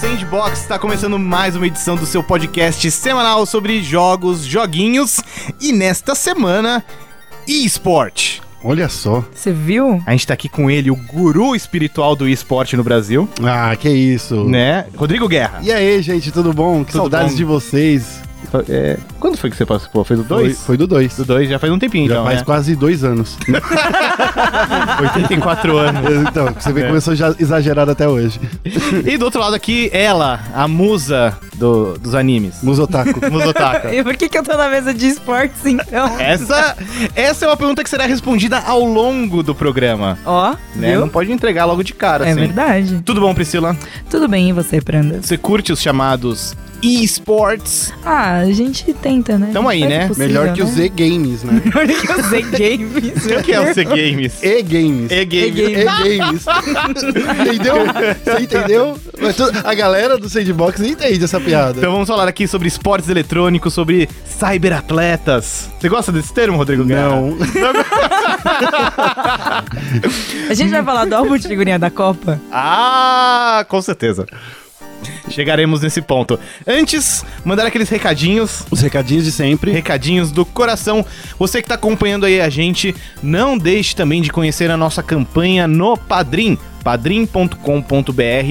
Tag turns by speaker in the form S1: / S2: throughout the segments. S1: Sandbox está começando mais uma edição do seu podcast semanal sobre jogos, joguinhos e nesta semana, eSport.
S2: Olha só.
S3: Você viu?
S1: A gente tá aqui com ele, o guru espiritual do esporte no Brasil,
S2: Ah, que isso.
S1: né? Rodrigo Guerra.
S2: E aí, gente, tudo bom? Que
S1: Tudo
S2: saudades
S1: bom.
S2: de vocês.
S1: É, quando foi que você participou? Fez o
S2: Foi,
S1: 2?
S2: foi do dois.
S1: Do 2 já faz um tempinho,
S2: Já
S1: então,
S2: faz
S1: né?
S2: quase dois anos.
S1: 84 anos.
S2: então, você vê que
S1: É.
S2: começou já exagerado até hoje.
S1: E do outro lado aqui, ela, a musa do- dos animes.
S2: Musotaku.
S1: Musotaka.
S3: E por que, que eu tô na mesa de esportes, então?
S1: Essa, essa é uma pergunta que será respondida ao longo do programa.
S3: Ó,
S1: Né?
S3: viu?
S1: Não pode entregar logo de cara,
S3: É
S1: assim.
S3: verdade.
S1: Tudo bom, Priscila?
S3: Tudo bem, e você, Pranda?
S1: Você curte os chamados esports?
S3: Ah, a gente tenta, né?
S1: Tamo
S3: A gente
S1: aí,
S3: faz
S1: né?
S3: o possível,
S2: Melhor que
S3: né?
S2: os E-Games, né?
S3: Melhor que os Z-Games.
S1: O que é o C-Games?
S2: E-Games.
S1: E-Games.
S2: E-Games. entendeu? Você entendeu? Mas tu- a galera do Sandbox não entende essa piada.
S1: Então vamos falar aqui sobre esportes eletrônicos, sobre cyberatletas. Você gosta desse termo, Rodrigo? Guerra?
S2: não.
S3: A gente vai falar do álbum de figurinha da Copa?
S1: Ah, com certeza. Chegaremos nesse ponto. Antes, mandar aqueles recadinhos.
S2: Os recadinhos de sempre.
S1: Recadinhos do coração. Você que está acompanhando aí a gente, não deixe também de conhecer a nossa campanha no Padrim, padrim.com.br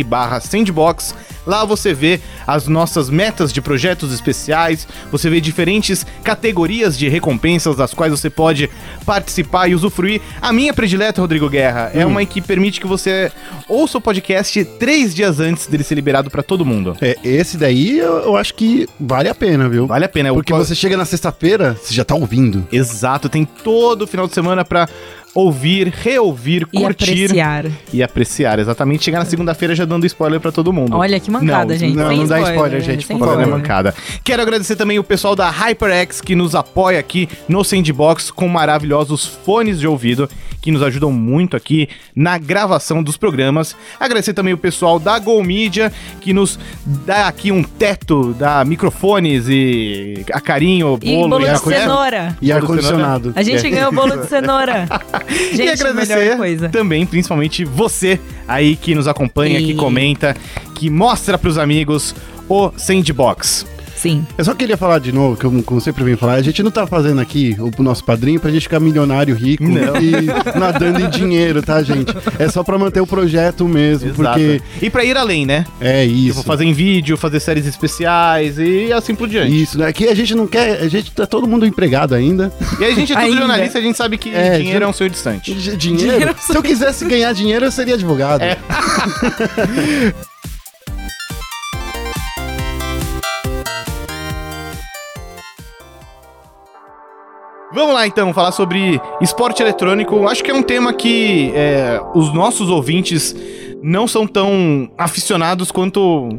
S1: barra sandbox. Lá você vê as nossas metas de projetos especiais, você vê diferentes categorias de recompensas das quais você pode participar e usufruir. A minha predileta, Rodrigo Guerra,
S2: Hum.
S1: é uma que permite que você ouça o podcast três dias antes dele ser liberado para todo mundo.
S2: É, esse daí eu, eu acho que vale a pena, viu?
S1: Vale a pena, é o
S2: Porque
S1: co-
S2: você chega na sexta-feira, você já tá ouvindo.
S1: Exato, tem todo o final de semana pra ouvir, reouvir,
S3: E
S1: curtir
S3: apreciar.
S1: e apreciar. Exatamente, chegar na segunda-feira já dando spoiler pra todo mundo.
S3: Olha que mancada,
S2: Não,
S3: gente.
S2: não,
S3: Sem
S2: não dá spoiler,
S3: né?
S2: gente,
S3: Sem
S2: por favor,
S1: Olha,
S2: né,
S3: spoiler.
S1: é mancada. Quero agradecer também o pessoal da HyperX que nos apoia aqui no Sandbox com maravilhosos fones de ouvido que nos ajudam muito aqui na gravação dos programas. Agradecer também o pessoal da Go Media que nos dá aqui um teto, dá microfones e a carinho,
S3: E
S1: bolo
S3: bolo
S1: e,
S3: de
S1: a coisa-
S3: cenoura.
S2: E ar-condicionado.
S3: A gente ganhou bolo de cenoura.
S1: e
S3: Gente, melhor
S1: agradecer
S3: coisa.
S1: também, principalmente você aí que nos acompanha, que
S3: E-
S1: comenta, que mostra pros amigos o Sandbox.
S3: Sim.
S2: Eu só queria falar de novo, que eu, como sempre venho falar, a gente não tá fazendo aqui o nosso padrinho pra gente ficar milionário, rico
S1: Não.
S2: e nadando em dinheiro, tá, gente? É só pra manter o projeto mesmo, porque
S1: E pra ir além, né?
S2: é isso.
S1: Tipo, fazer em vídeo, fazer séries especiais e assim por diante.
S2: Isso, né? Que a gente não quer, a gente tá todo mundo empregado ainda.
S1: E aí a gente é tudo
S3: Ainda.
S1: jornalista, a gente sabe que
S2: É,
S1: dinheiro
S2: ju-
S1: é um senhor distante.
S2: Dinheiro. Se eu quisesse ganhar dinheiro, eu seria advogado.
S1: É. Vamos lá então falar sobre esporte eletrônico. Acho que é um tema que é, os nossos ouvintes não são tão aficionados quanto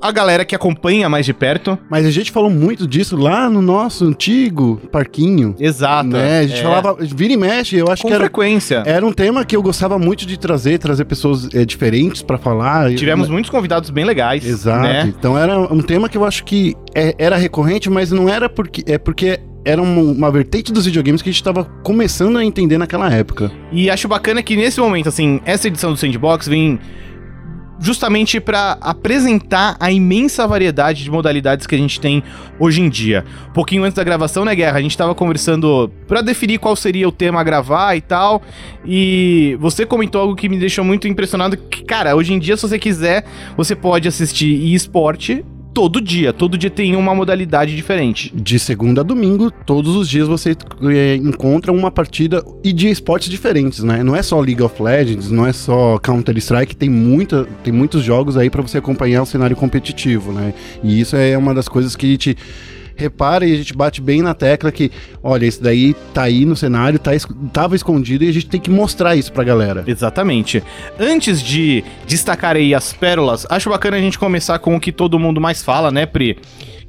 S1: a galera que acompanha mais de perto.
S2: Mas a gente falou muito disso lá no nosso antigo parquinho.
S1: Exato.
S2: né? A gente falava, vira e mexe, eu acho
S1: Ah, tá. É. com
S2: que era
S1: frequência.
S2: Era um tema que eu gostava muito de trazer, trazer pessoas eh, diferentes pra falar.
S1: Tivemos
S2: Eu-
S1: muitos convidados bem legais.
S2: É, Exato.
S1: né?
S2: Então era um tema que eu acho que é- era recorrente, mas não era porque. É porque era uma, uma vertente dos videogames que a gente tava começando a entender naquela época.
S1: E acho bacana que nesse momento, assim, essa edição do Sandbox vem justamente para apresentar a imensa variedade de modalidades que a gente tem hoje em dia. Um pouquinho antes da gravação, né, Guerra? A gente tava conversando para definir qual seria o tema a gravar e tal. E você comentou algo que me deixou muito impressionado, que, cara, hoje em dia, se você quiser, você pode assistir esporte todo dia. Todo dia tem uma modalidade diferente.
S2: De segunda a domingo, todos os dias você eh, encontra uma partida e de esportes diferentes, né? Não é só League of Legends, não é só Counter Strike, tem, muita, tem muitos jogos aí pra você acompanhar o cenário competitivo, né? E isso é uma das coisas que a gente repara e a gente bate bem na tecla que, olha, isso daí tá aí no cenário, tá, es- tava escondido e a gente tem que mostrar isso pra galera.
S1: Exatamente. Antes de destacar aí as pérolas, acho bacana a gente começar com o que todo mundo mais fala, né, Pri?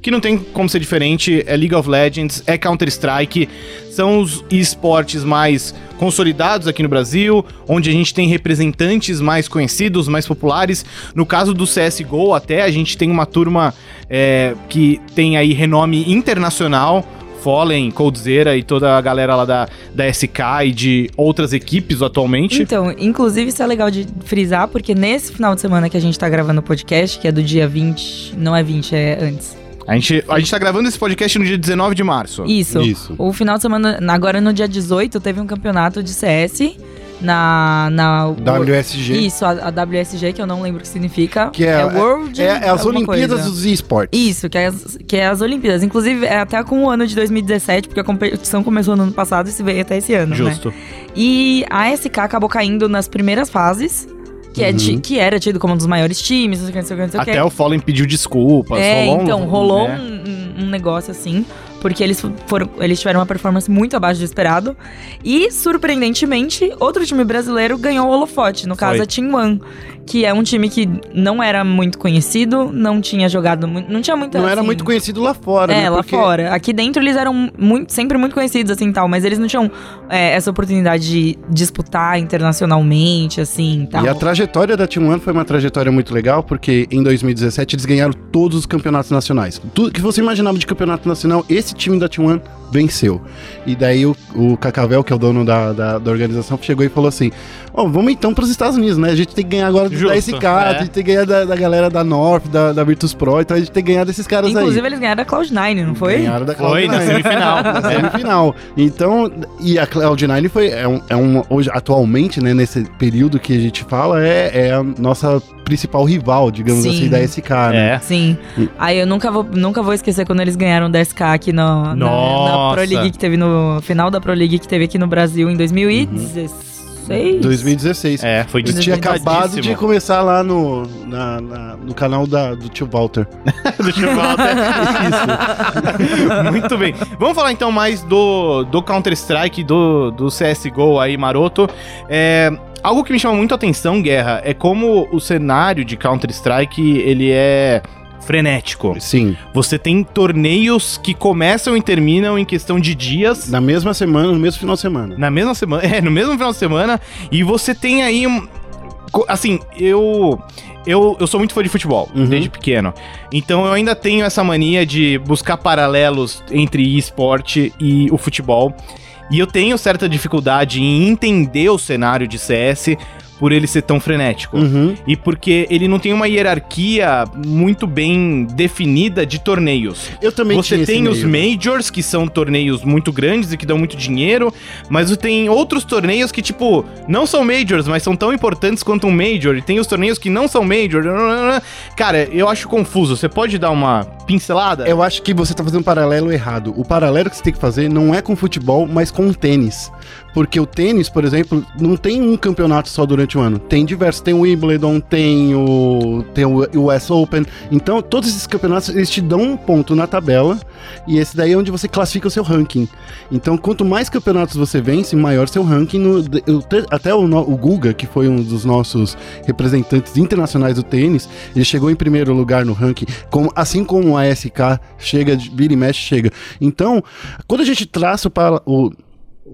S1: Que não tem como ser diferente, é League of Legends, é Counter-Strike, são os esportes mais consolidados aqui no Brasil, onde a gente tem representantes mais conhecidos, mais populares. No caso do CSGO, até a gente tem uma turma é, que tem aí renome internacional, Fallen, Coldzera e toda a galera lá da, da SK e de outras equipes atualmente.
S3: Então, inclusive, isso é legal de frisar, porque nesse final de semana que a gente tá gravando o podcast, que é do dia 20. Não é 20, é antes.
S1: A gente, a gente tá gravando esse podcast no dia 19 de março.
S3: Isso.
S2: Isso.
S3: O final de semana, agora no dia 18, teve um campeonato de CS na. na
S2: WSG.
S3: Isso, a, a WSG, que eu não lembro o que significa.
S2: Que é-
S3: World.
S2: É, é as
S3: alguma
S2: Olimpíadas
S3: coisa.
S2: dos esportes.
S3: Isso, que é, as, que é as Olimpíadas. Inclusive, é até com o ano de 2017, porque a competição começou no ano passado e se veio até esse ano, né?
S1: Justo.
S3: E a SK acabou caindo nas primeiras fases, que, é ti-
S2: Uhum.
S3: que era tido como um dos maiores times, não sei o que, não sei o que, não sei o que.
S1: Até o Fallen pediu desculpas.
S3: Então É,
S1: rolou um-
S3: então, rolou
S1: né?
S3: um, um negócio assim, porque eles fo- foram, eles tiveram uma performance muito abaixo do esperado. E, surpreendentemente, outro time brasileiro ganhou o holofote, no caso
S1: Foi.
S3: a Team One, que é um time que não era muito conhecido, não tinha jogado muito, não tinha muita
S2: Não era
S3: assim,
S2: muito conhecido lá fora,
S3: é,
S2: né?
S3: lá
S2: Porque-
S3: fora. Aqui dentro eles eram muito- sempre muito conhecidos, assim, tal. Mas eles não tinham é, essa oportunidade de disputar internacionalmente, assim, tal.
S2: E a trajetória da Team One foi uma trajetória muito legal, porque em 2017 eles ganharam todos os campeonatos nacionais. Tudo que você imaginava de campeonato nacional, esse time da Team One venceu. E daí o, o Cacavel, que é o dono da, da, da organização, chegou e falou assim: Ó, vamos então para os Estados Unidos, né? A gente tem que ganhar agora
S1: Justo,
S2: da SK,
S1: é.
S2: a gente tem que ganhar da, da galera da North, da, da Virtus Pro, então a gente tem que ganhar desses caras aí.
S3: Inclusive, eles ganharam a Cloud9, não foi?
S2: Ganharam da
S1: Foi na
S2: Cloud9.
S1: semifinal.
S2: Na semifinal. É Então, e a Cloud9 foi, é um, é um- hoje, atualmente, né, nesse período que a gente fala, é, é a nossa principal rival, digamos
S3: Sim.
S2: assim, da SK, né?
S1: É.
S3: Sim. Aí eu nunca vou, nunca vou esquecer quando eles ganharam da SK aqui no, na, na
S1: Nossa.
S3: Pro League que teve no final da Pro League que teve aqui no Brasil
S2: Uhum.
S3: em 2016.
S2: 2016.
S1: É, foi
S2: Eu tinha acabado de
S1: disputadíssimo.
S2: começar lá no, na- na- no canal da, do tio Walter.
S1: Deixa eu falar até isso. Muito bem. Vamos falar então mais do, do Counter-Strike, do, do CSGO aí, maroto. É, algo que me chama muito a atenção, Guerra, é como o cenário de Counter-Strike, ele é frenético.
S2: Sim.
S1: Você tem torneios que começam e terminam em questão de dias.
S2: Na mesma semana, no mesmo final de semana.
S1: Na mesma semana, é, no mesmo final de semana, e você tem aí um. co- Assim, eu. Eu, eu sou muito fã de futebol,
S2: Uhum.
S1: desde pequeno. Então eu ainda tenho essa mania de buscar paralelos entre esporte e o futebol. E eu tenho certa dificuldade em entender o cenário de CS por ele ser tão frenético.
S2: Uhum.
S1: E porque ele não tem uma hierarquia muito bem definida de torneios.
S2: Eu também
S1: Você
S2: tinha esse
S1: tem os
S2: meio.
S1: majors, que são torneios muito grandes e que dão muito dinheiro, mas você tem outros torneios que, tipo, não são majors, mas são tão importantes quanto um major. E tem os torneios que não são major. Cara, eu acho confuso. Você pode dar uma pincelada?
S2: Eu acho que você tá fazendo um paralelo errado. O paralelo que você tem que fazer não é com futebol, mas com o tênis. Porque o tênis, por exemplo, não tem um campeonato só durante o ano. Tem diversos. Tem o Wimbledon, tem o, tem o US Open. Então, todos esses campeonatos, eles te dão um ponto na tabela. E esse daí é onde você classifica o seu ranking. Então, quanto mais campeonatos você vence, maior seu ranking. no- eu te- até o, no- o Guga, que foi um dos nossos representantes internacionais do tênis, ele chegou em primeiro lugar no ranking, como- assim como a SK chega, de- vira e mexe, chega. Então, quando a gente traça o, para- o-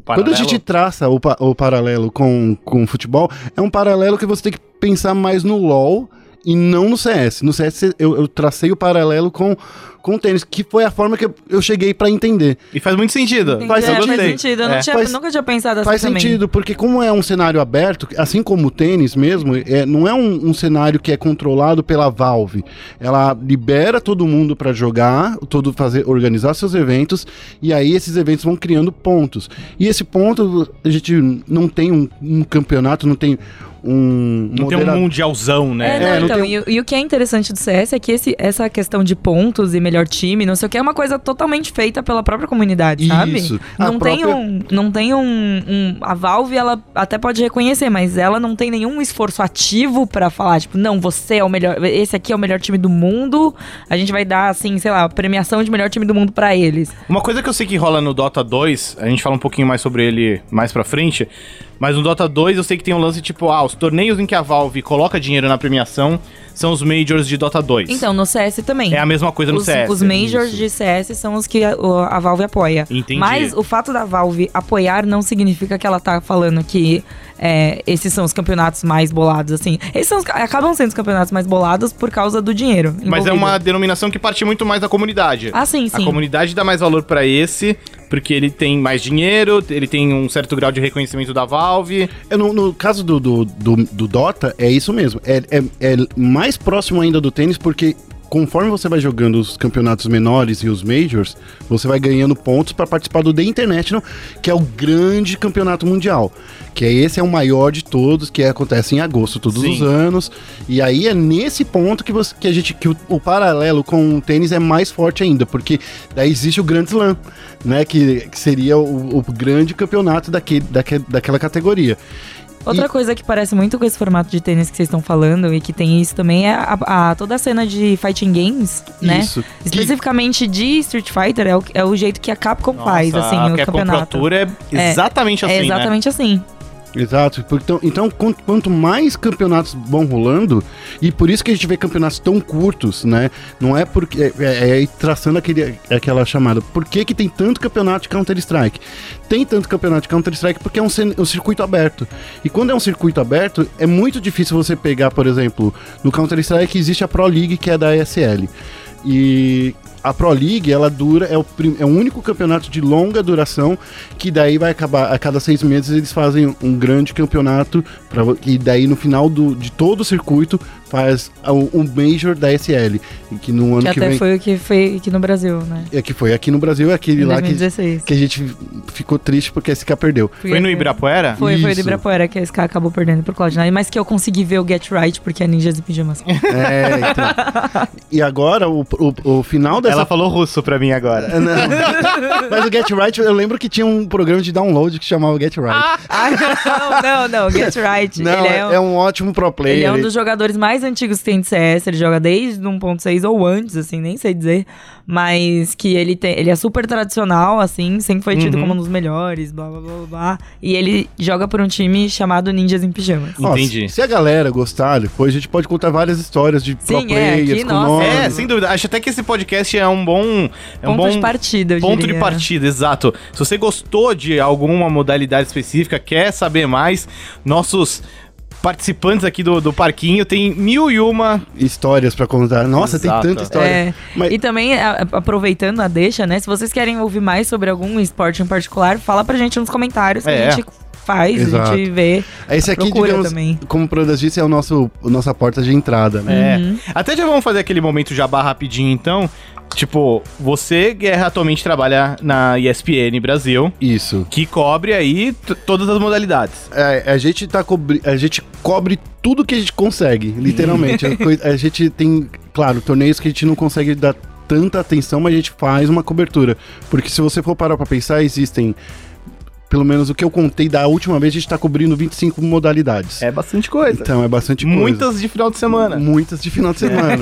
S2: quando a gente traça o, pa- o paralelo com, com o futebol, é um paralelo que você tem que pensar mais no LoL e não no CS. No CS eu, eu tracei o paralelo com, com o tênis, que foi a forma que eu, eu cheguei pra entender.
S1: E faz muito sentido.
S3: Entendi,
S2: Faz
S3: é,
S2: sentido.
S1: gostei.
S3: sentido. Eu não
S1: É.
S3: tinha-
S2: Faz-
S3: nunca tinha pensado assim
S2: Faz
S3: também.
S2: sentido, porque como é um cenário aberto, assim como o tênis mesmo, é, não é um, um cenário que é controlado pela Valve. Ela libera todo mundo pra jogar, todo fazer, organizar seus eventos, e aí esses eventos vão criando pontos. E esse ponto, a gente não tem um, um campeonato, não tem um
S1: Não tem um
S2: moderador-
S1: mundialzão,
S3: É,
S1: né?
S3: não,
S2: É, não
S3: então,
S2: tem-
S3: e, o- e o que é interessante do CS é que esse- essa questão de pontos e melhor time, não sei o que, é uma coisa totalmente feita pela própria comunidade, sabe?
S2: Isso. A
S3: Não, tem
S2: própria-
S3: um, não tem um, um- A Valve, ela até pode reconhecer, mas ela não tem nenhum esforço ativo pra falar, tipo, não, você é o melhor. Esse aqui é o melhor time do mundo. A gente vai dar, assim, sei lá, premiação de melhor time do mundo pra eles.
S1: Uma coisa que eu sei que rola no Dota 2, a gente fala um pouquinho mais sobre ele mais pra frente, mas no Dota 2 eu sei que tem um lance tipo, ah, os os torneios em que a Valve coloca dinheiro na premiação são os Majors de Dota 2.
S3: Então, no CS também.
S1: é a mesma coisa no
S3: os,
S1: CS.
S3: os majors de CS são os que a, o- a Valve apoia.
S1: Entendi.
S3: Mas o fato da Valve apoiar não significa que ela tá falando que é, esses são os campeonatos mais bolados, assim. Esses são os ca- acabam sendo os campeonatos mais bolados por causa do dinheiro.
S1: Mas é
S3: envolvido.
S1: uma denominação que parte muito mais da comunidade.
S3: Ah, sim,
S1: A
S3: sim.
S1: comunidade dá mais valor pra esse, porque ele tem mais dinheiro, ele tem um certo grau de reconhecimento da Valve.
S2: É, No, no caso do, do, do, do Dota, é isso mesmo. É, é, é mais próximo ainda do tênis, porque conforme você vai jogando os campeonatos menores e os majors, você vai ganhando pontos para participar do The International, que é o grande campeonato mundial. Que é esse é o maior de todos, que é, acontece em agosto todos
S1: Sim.
S2: os anos. E aí é nesse ponto que, você, que a gente que o, o paralelo com o tênis é mais forte ainda, porque daí existe o Grand Slam, né, que, que seria o, o grande campeonato daquele, daque- daquela categoria.
S3: Outra coisa que parece muito com esse formato de tênis que vocês estão falando e que tem isso também é a- a- toda a cena de fighting games, né?
S2: Isso. Que,
S3: Especificamente de Street Fighter, é o, é o jeito que a Capcom
S1: Nossa,
S3: faz, assim,
S1: a
S3: o
S1: Capcom
S3: campeonato.
S1: Pro Tour é
S3: É,
S1: exatamente assim,
S3: é
S1: né?
S3: exatamente assim.
S2: exato. Por- Então, então quan- quanto mais campeonatos vão rolando, e por isso que a gente vê campeonatos tão curtos, né? Não é porque. É, é- é traçando aquele, aquela chamada. Por que, que tem tanto campeonato de Counter-Strike? Tem tanto campeonato de Counter-Strike porque é um, cen- um circuito aberto. E quando é um circuito aberto, é muito difícil você pegar, por exemplo, no Counter-Strike existe a Pro League, que é da ESL. E a Pro League, ela dura, é o, prim- é o único campeonato de longa duração que daí vai acabar, a cada seis meses eles fazem um grande campeonato pra vo- e daí no final do, de todo o circuito faz a- um Major da SL, e que no ano
S3: Que
S2: que,
S3: até
S2: vem,
S3: foi o que foi aqui no Brasil, né?
S2: é que foi aqui no Brasil, é aquele
S3: Em
S2: lá que,
S3: 2016.
S2: que a gente ficou triste porque a SK perdeu.
S1: Foi
S3: assim.
S1: no Ibirapuera?
S3: Foi, foi do
S2: Isso.
S3: Ibirapuera que a SK acabou perdendo pro Cloud9, mas que eu consegui ver o Get Right porque a Ninjas e Pijamas.
S2: É, então. E agora o, o, o final dessa
S1: Ela falou russo pra mim agora.
S2: É, não. Mas o Get Right, eu lembro que tinha um programa de download que chamava Get Right.
S3: Ai, não, não, não, Get Right.
S2: não,
S3: Ah, ele
S2: é,
S3: é, um,
S2: é um ótimo pro player.
S3: ele é um dos jogadores mais antigos que tem de CS, ele joga desde 1.6 ou antes, assim, nem sei dizer. Mas que ele tem. Ele é super tradicional, assim, sempre foi tido
S1: Uhum.
S3: como um dos melhores, blá blá blá blá, blá. E ele joga por um time chamado Ninjas em Pijamas.
S2: Ó,
S1: Entendi.
S2: se, se a galera gostar, depois a gente pode contar várias histórias de pro
S3: Sim, é,
S2: players
S3: aqui,
S2: com
S3: nossa.
S2: nome.
S1: É, sem dúvida. Acho até que esse podcast é um bom. É um
S3: ponto
S1: bom
S3: de partida, eu
S1: ponto
S3: diria. né?
S1: de partida, exato. Se você gostou de alguma modalidade específica, quer saber mais, nossos participantes aqui do, do parquinho tem mil e uma.
S2: Histórias pra contar. Nossa,
S1: Exato.
S2: tem tanta história.
S3: É,
S2: Mas-
S3: E também, a- a- aproveitando a deixa, né? Se vocês querem ouvir mais sobre algum esporte em particular, fala pra gente nos comentários que
S1: É.
S3: a gente faz, a
S2: Exato.
S3: gente vê.
S2: É Esse aqui,
S3: procura
S2: digamos,
S3: também.
S2: como o Prodas disse, é o nosso, a nossa porta de entrada, né?
S1: É.
S3: Uhum.
S1: Até já vamos fazer aquele momento jabá rapidinho, então. Tipo, você, Guerra, atualmente trabalha na ESPN Brasil,
S2: Isso.
S1: que cobre aí t- todas as modalidades.
S2: É, a gente tá cobri... a gente cobre tudo que a gente consegue, literalmente. a, coi- a gente tem, claro, torneios que a gente não consegue dar tanta atenção, mas a gente faz uma cobertura, porque se você for parar pra pensar, existem pelo menos o que eu contei da última vez, a gente tá cobrindo 25 modalidades.
S1: É bastante coisa. Hum.
S2: Então é bastante coisa.
S1: Muitas de final de semana.
S2: Muitas de final de semana.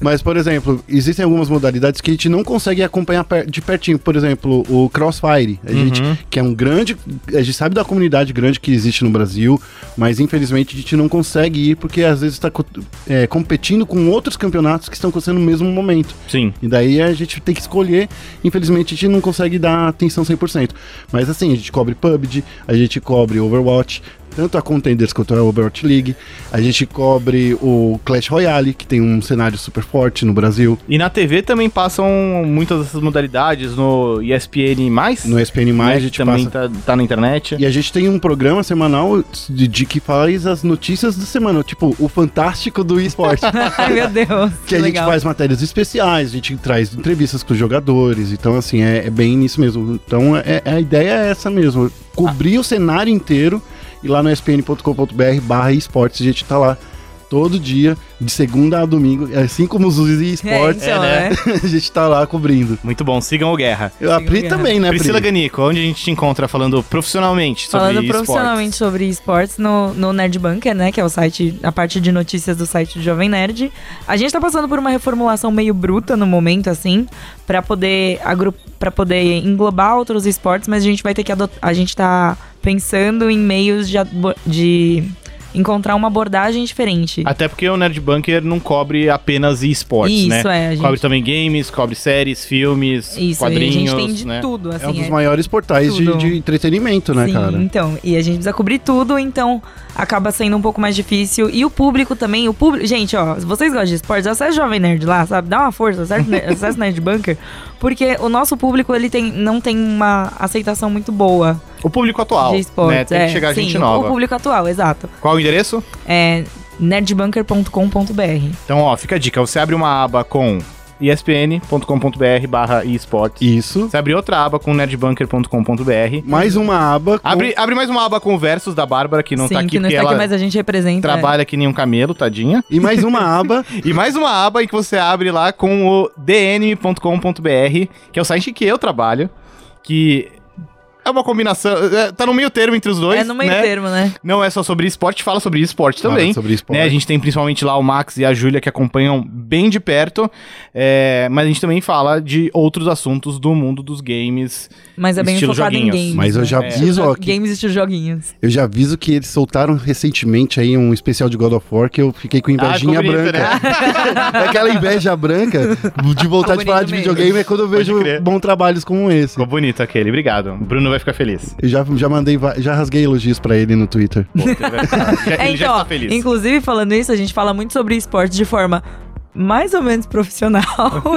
S2: Mas, por exemplo, existem algumas modalidades que a gente não consegue acompanhar per- de pertinho. Por exemplo, o Crossfire. A gente, que é um grande. A gente sabe da comunidade grande que existe no Brasil, mas infelizmente a gente não consegue ir porque às vezes está competindo com outros campeonatos que estão acontecendo no mesmo momento.
S1: Sim.
S2: E daí a gente tem que escolher. Infelizmente a gente não consegue dar atenção 100%. Mas assim, a gente cobre PUBG, a gente cobre Overwatch, tanto a Contenders quanto a Overwatch League. A gente cobre o Clash Royale, que tem um cenário super forte no Brasil,
S1: E na TV também passam muitas dessas modalidades no ESPN+.
S2: no ESPN+,
S1: né,
S2: a
S1: que
S2: gente
S1: também
S2: passa...
S1: tá, tá na internet.
S2: E a gente tem um programa semanal de, de que faz as notícias da semana, tipo o fantástico do esporte.
S3: Ai, meu Deus.
S2: que a gente
S3: legal.
S2: faz matérias especiais, a gente traz entrevistas com os jogadores, então assim, é, é bem isso mesmo. Então é, é- a ideia é essa mesmo, cobrir o cenário inteiro e lá no spn.com.br barra esportes a gente tá lá todo dia, de segunda a domingo, assim como os
S3: É,
S2: esportes,
S3: então,
S1: É, né?
S3: né?
S2: a gente tá lá cobrindo.
S1: Muito bom, sigam o Guerra.
S2: Eu, a
S3: Sim,
S2: Pri
S3: é.
S2: também, né, Pri?
S1: Priscila Ganico, onde a gente te encontra falando profissionalmente sobre
S3: Falando
S1: esportes?
S3: profissionalmente sobre esportes no, no Nerd Bunker, né? Que é o site, a parte de notícias do site do Jovem Nerd. A gente tá passando por uma reformulação meio bruta no momento, assim, pra poder para poder englobar outros esportes, mas a gente vai ter que adotar. A gente tá pensando em meios de, abo- de encontrar uma abordagem diferente.
S1: Até porque o Nerd Bunker não cobre apenas esportes,
S3: Isso,
S1: né?
S3: é, a gente-
S1: Cobre também games, cobre séries, filmes,
S3: Isso, e a
S1: quadrinhos,
S3: gente tem de
S1: né?
S3: tudo, assim.
S2: é um dos
S3: é-
S2: maiores portais de,
S3: tudo.
S2: de entretenimento, né,
S3: Sim,
S2: cara?
S3: então, e a gente precisa cobrir tudo, então acaba sendo um pouco mais difícil. E o público também, o público... Gente, ó, se vocês gostam de esportes, acesse Jovem Nerd lá, sabe? Dá uma força, acesse, ne- acesse Nerd Bunker, porque o nosso público, ele tem, não tem uma aceitação muito boa
S1: O público atual,
S3: de esportes.
S1: né? Tem
S3: é,
S1: que chegar
S3: sim,
S1: gente
S3: o-
S1: nova.
S3: o público atual, exato.
S1: Qual o endereço?
S3: É nerdbunker.com.br.
S1: Então, ó, fica a dica. Você abre uma aba com espn.com.br barra esportes.
S2: Isso.
S1: Você abre outra aba com nerdbunker.com.br.
S2: Mais uma aba. com-
S1: Abre, abre mais uma aba com versos da Bárbara, que não
S3: Sim,
S1: tá aqui
S3: que não
S1: porque
S3: está
S1: ela
S3: aqui, mas a gente representa. é.
S1: trabalha que nem um camelo, tadinha.
S2: E mais uma aba.
S1: E mais uma aba em que você abre lá com o dn.com.br, que é o site que eu trabalho, que é uma combinação, é, tá no meio termo entre os dois,
S3: É no meio
S1: né?
S3: termo, né?
S1: Não é só sobre esporte, fala sobre esporte também.
S2: Fala Sobre esporte.
S1: Né, a gente tem principalmente lá o Max e a Júlia que acompanham bem de perto, é, mas a gente também fala de outros assuntos do mundo dos games.
S3: Mas é bem
S1: Estilo
S3: focado
S1: joguinhos.
S3: em games.
S2: Mas eu
S3: né?
S2: já
S1: é.
S2: aviso, ó, que,
S3: Games estilo joguinhos.
S2: eu já aviso que eles soltaram recentemente aí um especial de God of War que eu fiquei com
S3: Ah,
S1: Ah,
S2: invejinha
S1: ficou bonito,
S2: branca.
S3: né?
S2: É Aquela inveja branca de vontade de
S3: Ficou
S2: falar
S3: bonito
S2: de
S3: mesmo.
S2: videogame é quando eu
S1: Pode
S2: vejo
S1: crer.
S2: bons trabalhos como esse.
S1: Ficou bonito aquele, obrigado. O Bruno vai ficar feliz.
S2: Eu já, já mandei, va- já rasguei elogios pra ele no Twitter.
S1: Pô, ele vai ficar- já-
S3: É,
S1: ele já está
S3: então, ó,
S1: feliz.
S3: inclusive falando isso, a gente fala muito sobre esporte de forma mais ou menos profissional,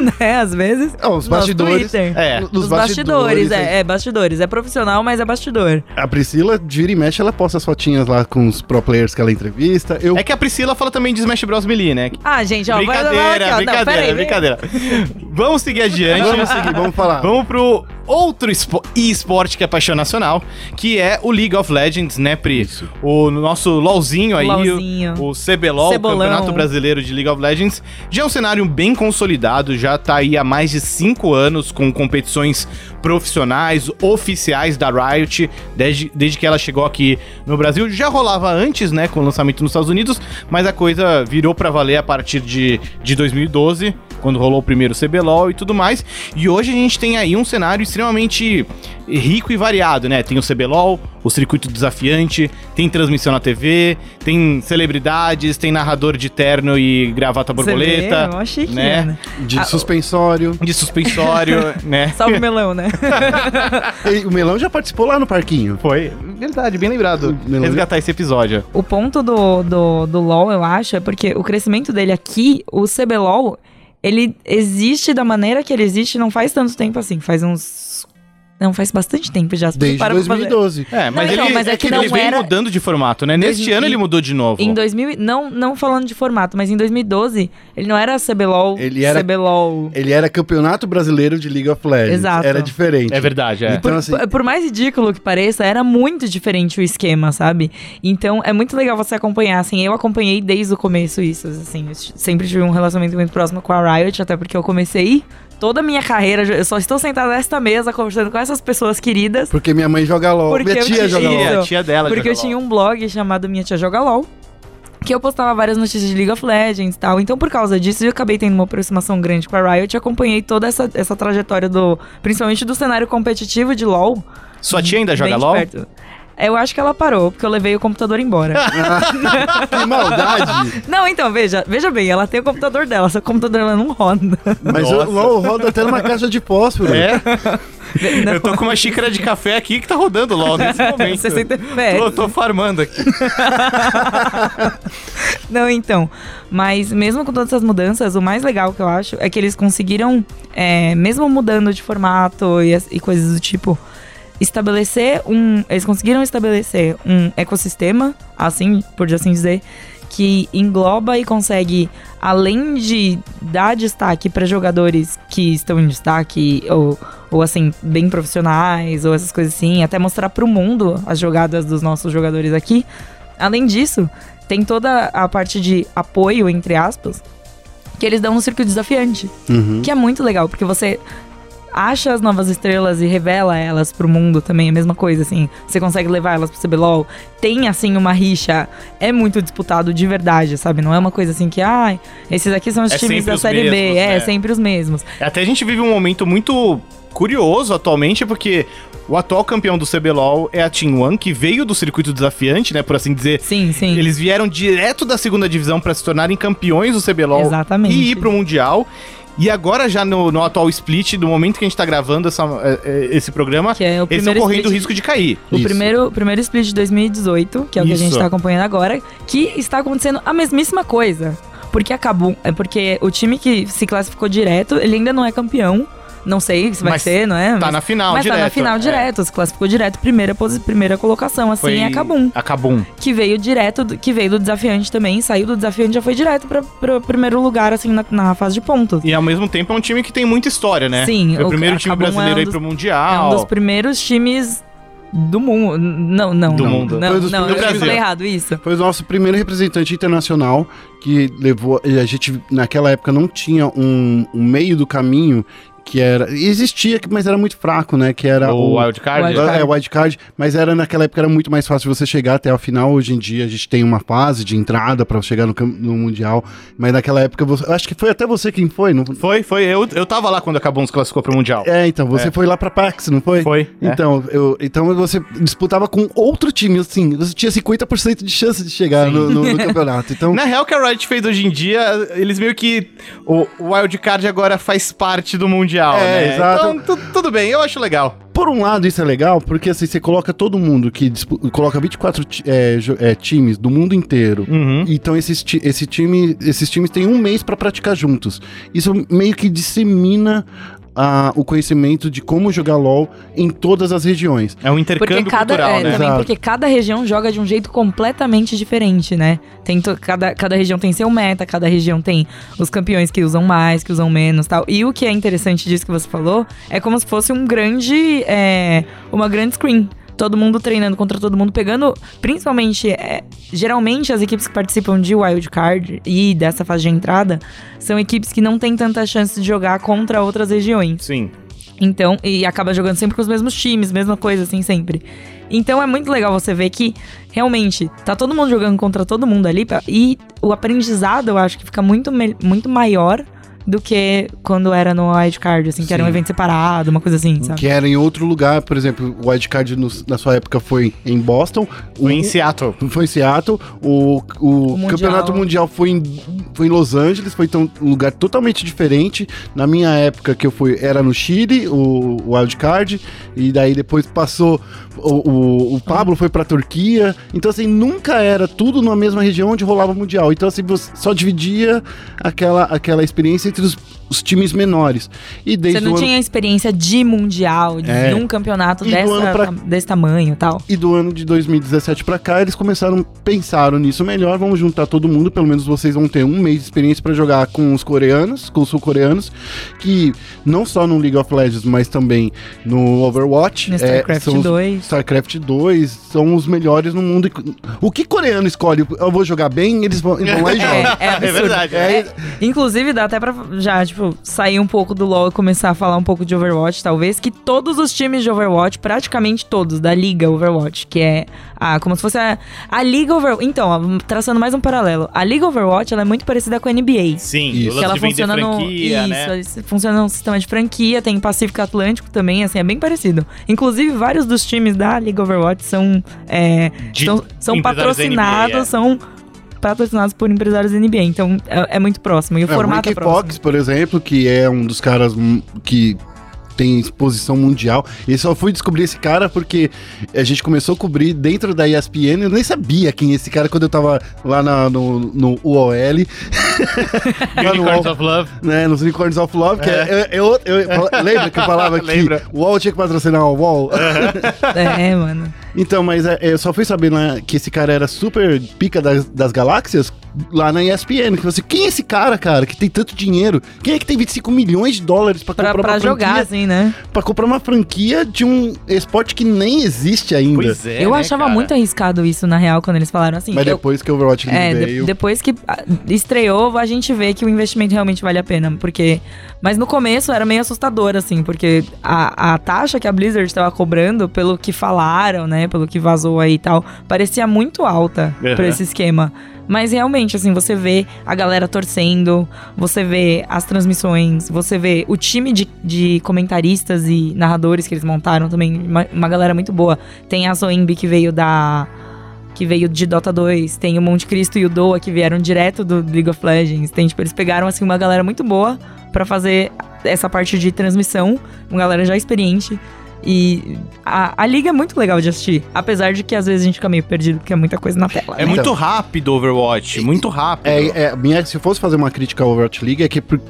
S3: né? Às vezes.
S2: Ah, os
S3: No
S2: bastidores.
S3: Twitter.
S1: É.
S2: nos
S3: Os bastidores, é, é, bastidores. É profissional, mas é bastidor.
S2: A Priscila, vira e mexe, ela posta as fotinhas lá com os pro players que ela entrevista. Eu
S1: É que a Priscila fala também de Smash Bros Melee, né?
S3: Ah, gente, ó, vai- vai
S1: brincadeira,
S3: aqui, ó. Não,
S1: brincadeira,
S3: peraí.
S1: brincadeira. Vamos seguir adiante.
S2: Vamos seguir, vamos falar.
S1: Vamos pro outro espo- e-esporte que é paixão nacional, que é o League of Legends, né, Pri?
S2: Isso.
S1: O nosso LOLzinho aí,
S3: LOLzinho.
S1: o, o CBLOL, o
S3: Cebolão.
S1: Campeonato Brasileiro de League of Legends, já é um cenário bem consolidado, já tá aí há mais de cinco anos com competições profissionais, oficiais da Riot, desde, desde que ela chegou aqui no Brasil. Já rolava antes, né, com o lançamento nos Estados Unidos, mas a coisa virou pra valer a partir de, de 2012, quando rolou o primeiro CBLOL e tudo mais. E hoje a gente tem aí um cenário extremamente rico e variado, né? Tem o CBLOL, o circuito desafiante, tem transmissão na TV, tem celebridades, tem narrador de terno e gravata borboleta,
S3: Você vê? Ó, chique,
S1: né?
S3: né?
S2: de
S3: Ah,
S2: suspensório.
S1: de suspensório, né?
S3: Salve o melão, né?
S2: E o Melão já participou lá no parquinho.
S1: Foi. Verdade, bem lembrado.
S2: Meu nome-
S1: Resgatar esse episódio.
S3: O ponto do, do, do LoL, eu acho, é porque o crescimento dele aqui, o CBLOL, ele existe da maneira que ele existe não faz tanto tempo assim. Faz uns. Não, faz bastante tempo já. as pessoas
S2: Desde
S3: param pra fazer.
S2: 2012.
S1: É, mas,
S3: Não,
S1: ele,
S3: então, mas é que
S1: ele
S3: não
S1: vem
S3: era-
S1: mudando de formato, né? Neste
S3: Dois-
S1: ano
S3: em-
S1: ele mudou de novo.
S3: Em 2000, e- não, não falando de formato, mas em 2012, ele não era CBLOL.
S2: Ele era-
S3: CBLOL.
S2: Ele era campeonato brasileiro de League of Legends.
S3: Exato.
S2: Era diferente.
S1: É verdade, é.
S2: Então, assim,
S3: Por- Por mais ridículo que pareça, era muito diferente o esquema, sabe? Então é muito legal você acompanhar, assim. Eu acompanhei desde o começo isso, assim. Eu s- sempre tive um relacionamento muito próximo com a Riot, até porque eu comecei toda a minha carreira. Eu só estou sentada nesta mesa conversando com essas pessoas queridas.
S2: porque minha mãe joga LOL.
S3: Porque
S2: minha
S3: eu
S2: tia
S3: tinha-
S2: joga LOL.
S1: Tia, a tia dela.
S3: Porque eu tinha um blog chamado Minha Tia Joga LOL. Que eu postava várias notícias de League of Legends e tal. Então, por causa disso, eu acabei tendo uma aproximação grande com a Riot. Eu acompanhei toda essa, essa trajetória do. Principalmente do cenário competitivo de LOL.
S1: Sua tia ainda
S3: Bem
S1: joga
S3: de
S1: LOL?
S3: perto. É, Eu acho que ela parou, porque eu levei o computador embora.
S2: Que maldade!
S3: não, então, veja, veja bem, ela tem o computador dela, só que o computador dela não roda.
S2: Mas
S1: Nossa.
S2: o LOL roda até numa caixa de fósforo.
S1: É?
S3: Não.
S1: Eu tô com uma xícara de café aqui que tá rodando LOL nesse momento.
S3: 60
S1: Tô,
S3: FPS.
S1: tô farmando aqui.
S3: Não, então. Mas mesmo com todas essas mudanças, o mais legal que eu acho é que eles conseguiram, é, mesmo mudando de formato e, as- e coisas do tipo, estabelecer um. Eles conseguiram estabelecer um ecossistema, assim, por assim dizer, que engloba e consegue, além de dar destaque para jogadores que estão em destaque ou. Ou assim, bem profissionais, ou essas coisas assim, até mostrar pro mundo as jogadas dos nossos jogadores aqui. Além disso, tem toda a parte de apoio, entre aspas, que eles dão no circuito um desafiante.
S2: Uhum.
S3: Que é muito legal, porque você. acha as novas estrelas e revela elas pro mundo também, a mesma coisa, assim. Você consegue levar elas pro CBLOL. Tem, assim, uma rixa. É muito disputado de verdade, sabe? Não é uma coisa assim que, ai, esses aqui são os
S1: É
S3: times
S1: sempre
S3: da
S1: os
S3: Série B.
S1: mesmos,
S3: É,
S1: né?
S3: sempre os mesmos.
S1: Até a gente vive um momento muito curioso atualmente, porque o atual campeão do CBLOL é a Team One, que veio do circuito desafiante, né, por assim dizer.
S3: Sim, sim.
S1: Eles vieram direto da segunda divisão para se tornarem campeões do CBLOL
S3: Exatamente.
S1: e ir pro Mundial. E agora, já no, no atual split, do momento que a gente tá gravando essa- eh, eh, esse programa,
S3: Que é o
S1: eles estão
S3: primeiro
S1: correndo o
S3: split-
S1: risco de cair.
S3: O
S2: Isso.
S3: primeiro, o primeiro split de 2018, que é o que a gente
S1: Isso.
S3: tá acompanhando agora, que está acontecendo a mesmíssima coisa. Porque acabou. É porque o time que se classificou direto, ele ainda não é campeão. Não sei se vai
S1: Mas
S3: ser, não é?
S1: Tá
S3: mas
S1: na final,
S3: mas
S1: direto.
S3: tá na final
S1: É,
S3: direto, se classificou direto, primeira, posi- primeira colocação, assim,
S1: Foi
S3: é Cabum,
S1: Acabum.
S3: que veio direto, do- que veio do desafiante também, saiu do desafiante, já foi direto pra, pra primeiro lugar, assim, na, na fase de pontos.
S1: E ao mesmo tempo é um time que tem muita história, né?
S3: Sim,
S1: Foi o
S3: o
S1: primeiro time
S3: Acabum é um
S1: brasileiro aí
S3: dos-
S1: pro
S3: É
S1: Mundial.
S3: um dos primeiros times do mundo. Não, não.
S1: Do
S3: não,
S1: mundo.
S3: Não,
S2: Foi dos
S3: não,
S1: primeiros
S3: eu
S1: do
S3: falei
S1: Brasil.
S3: errado, isso.
S2: Foi o nosso primeiro representante internacional que levou. e A gente, naquela época, não tinha um, um meio do caminho que era. Existia, mas era muito fraco, né? Que era
S1: O
S2: o.
S1: Wildcard.
S3: Wild- Wildcard.
S2: É, wildcard, mas era naquela época era muito mais fácil você chegar até a final. Hoje em dia a gente tem uma fase de entrada pra chegar no, cam- no Mundial, mas naquela época você. eu Acho que foi até você quem foi, não?
S1: Foi, foi. Eu, eu tava lá quando acabou nos classificou pro Mundial.
S2: É, então, você
S1: É.
S2: foi lá pra Pax, não foi?
S1: Foi. é.
S2: Então, eu, então você disputava com outro time, assim, você tinha 50% de chance de chegar no, no- no campeonato. Então,
S1: Na real, o que a Riot fez hoje em dia, eles meio que. O o Wildcard agora faz parte do Mundial,
S2: É,
S1: né?
S2: exato.
S1: Então, tu- tudo bem, eu acho legal.
S2: Por um lado, isso é legal, porque assim, você coloca todo mundo que dispu- coloca 24 ti- é, jo- é, times do mundo inteiro.
S1: Uhum.
S2: Então esses, ti- esse time, esses times têm um mês pra praticar juntos. Isso meio que dissemina ah, o conhecimento de como jogar LoL em todas as regiões.
S1: É um
S3: Porque
S1: intercâmbio
S3: cada,
S1: cultural,
S3: é,
S1: né?
S3: também
S2: Exato.
S3: porque cada região joga de um jeito completamente diferente, né? Tem to- cada, cada região tem seu meta, cada região tem os campeões que usam mais, que usam menos, tal. E o que é interessante disso que você falou é como se fosse um grande, é, uma grande screen. Todo mundo treinando contra todo mundo, pegando principalmente, é, geralmente as equipes que participam de wildcard e dessa fase de entrada são equipes que não têm tanta chance de jogar contra outras regiões.
S1: Sim.
S3: Então, e acaba jogando sempre com os mesmos times, mesma coisa, assim, sempre. Então é muito legal você ver que realmente tá todo mundo jogando contra todo mundo ali pra- e o aprendizado eu acho que fica muito, me- muito maior do que quando era no wildcard, assim, que era um
S2: Sim.
S3: evento separado, uma coisa assim,
S1: Tá.
S3: sabe?
S2: Que era em outro lugar, por exemplo, o wildcard no- na sua época foi em Boston. Um
S1: Foi em
S2: o-
S1: Seattle.
S2: Foi em Seattle, o, o,
S3: O Mundial.
S2: campeonato mundial foi em, foi em Los Angeles, foi então, um lugar totalmente diferente. Na minha época que eu fui, era no Chile, o, o wildcard, e daí depois passou, o, o, o Pablo foi pra Turquia. Então, assim, nunca era tudo na mesma região onde rolava o mundial. Então, assim, você só dividia aquela, aquela experiência entre os, os times menores. E
S3: Você
S2: desde
S3: não
S2: o ano,
S3: tinha experiência de mundial, de
S2: É.
S3: um campeonato
S2: E do
S3: dessa,
S2: ano pra-
S3: desse tamanho e tal.
S2: E do ano de 2017 pra cá, eles começaram, pensaram nisso melhor, vamos juntar todo mundo, pelo menos vocês vão ter um mês de experiência pra jogar com os coreanos, com os sul-coreanos, que não só no League of Legends, mas também no Overwatch, é,
S3: No StarCraft
S2: são os-
S3: 2.
S2: StarCraft 2 são os melhores no mundo. e- O que coreano escolhe? Eu vou jogar bem, eles vão, eles vão lá e jogam.
S3: É, é absurdo.
S1: verdade. né?
S3: É, inclusive, dá até pra já, tipo, sair um pouco do LoL e começar a falar um pouco de Overwatch, talvez, que todos os times de Overwatch, praticamente todos, da Liga Overwatch, que é a, como se fosse a, a Liga Overwatch. Então, ó, traçando mais um paralelo, a Liga Overwatch, ela é muito parecida com a NBA.
S1: Sim,
S2: Isso.
S1: o
S3: Que
S1: lance
S3: ela
S1: de vender
S3: funciona no.
S1: franquia,
S3: Isso,
S1: né?
S3: eles- funciona num sistema de franquia, tem Pacífico Atlântico também, assim, é bem parecido. Inclusive, vários dos times da Liga Overwatch são. é,
S1: De
S3: são são
S1: empresários da NBA,
S3: patrocinados,
S1: é.
S3: são patrocinados por empresários da NBA, então é, é muito próximo. E o
S2: É,
S3: formato é
S2: Rick
S3: próximo.
S2: Fox, por exemplo, que é um dos caras hum, que tem exposição mundial. E só fui descobrir esse cara porque a gente começou a cobrir dentro da ESPN. Eu nem sabia quem é esse cara quando eu tava lá na- no, no UOL,
S1: Unicorns of Love.
S2: né? Nos Unicorns of Love, que é. eu, eu- eu- fala- lembra que eu falava que
S1: Lembra.
S2: o UOL tinha que patrocinar o UOL?
S3: É, mano.
S2: Então, mas é, eu só fui saber né, que esse cara era super pica das, das galáxias lá na ESPN. Que eu falei assim, quem é esse cara, cara, que tem tanto dinheiro? Quem é que tem 25 milhões de dólares pra,
S3: Pra,
S2: comprar
S3: pra
S2: uma
S3: jogar,
S2: franquia?
S3: assim, né?
S2: Pra comprar uma franquia de um esporte que nem existe ainda.
S1: Pois é,
S3: eu
S1: né,
S3: achava
S1: cara?
S3: muito arriscado isso, na real, quando eles falaram assim.
S2: Mas
S3: eu-
S2: depois que o Overwatch
S3: É, de-
S2: veio...
S3: depois que ah, estreou, a gente vê que o investimento realmente vale a pena, porque... Mas no começo era meio assustador, assim, porque a, a taxa que a Blizzard estava cobrando, pelo que falaram, né, pelo que vazou aí e tal, parecia muito alta
S1: Uhum.
S3: pra esse esquema. Mas realmente, assim, você vê a galera torcendo, você vê as transmissões, você vê o time de, de comentaristas e narradores que eles montaram também, uma, uma galera muito boa. Tem a Zoimbi que veio da. que veio de Dota 2, tem o Monte Cristo e o Doa que vieram direto do League of Legends. Tem, tipo, eles pegaram assim uma galera muito boa pra fazer essa parte de transmissão, uma galera já experiente. E a, a liga é muito legal de assistir. Apesar de que às vezes a gente fica meio perdido, porque é muita coisa na tela.
S1: É
S3: né?
S1: muito rápido o Overwatch, muito rápido.
S2: É, é, minha, se eu fosse fazer uma crítica ao Overwatch League, é que por-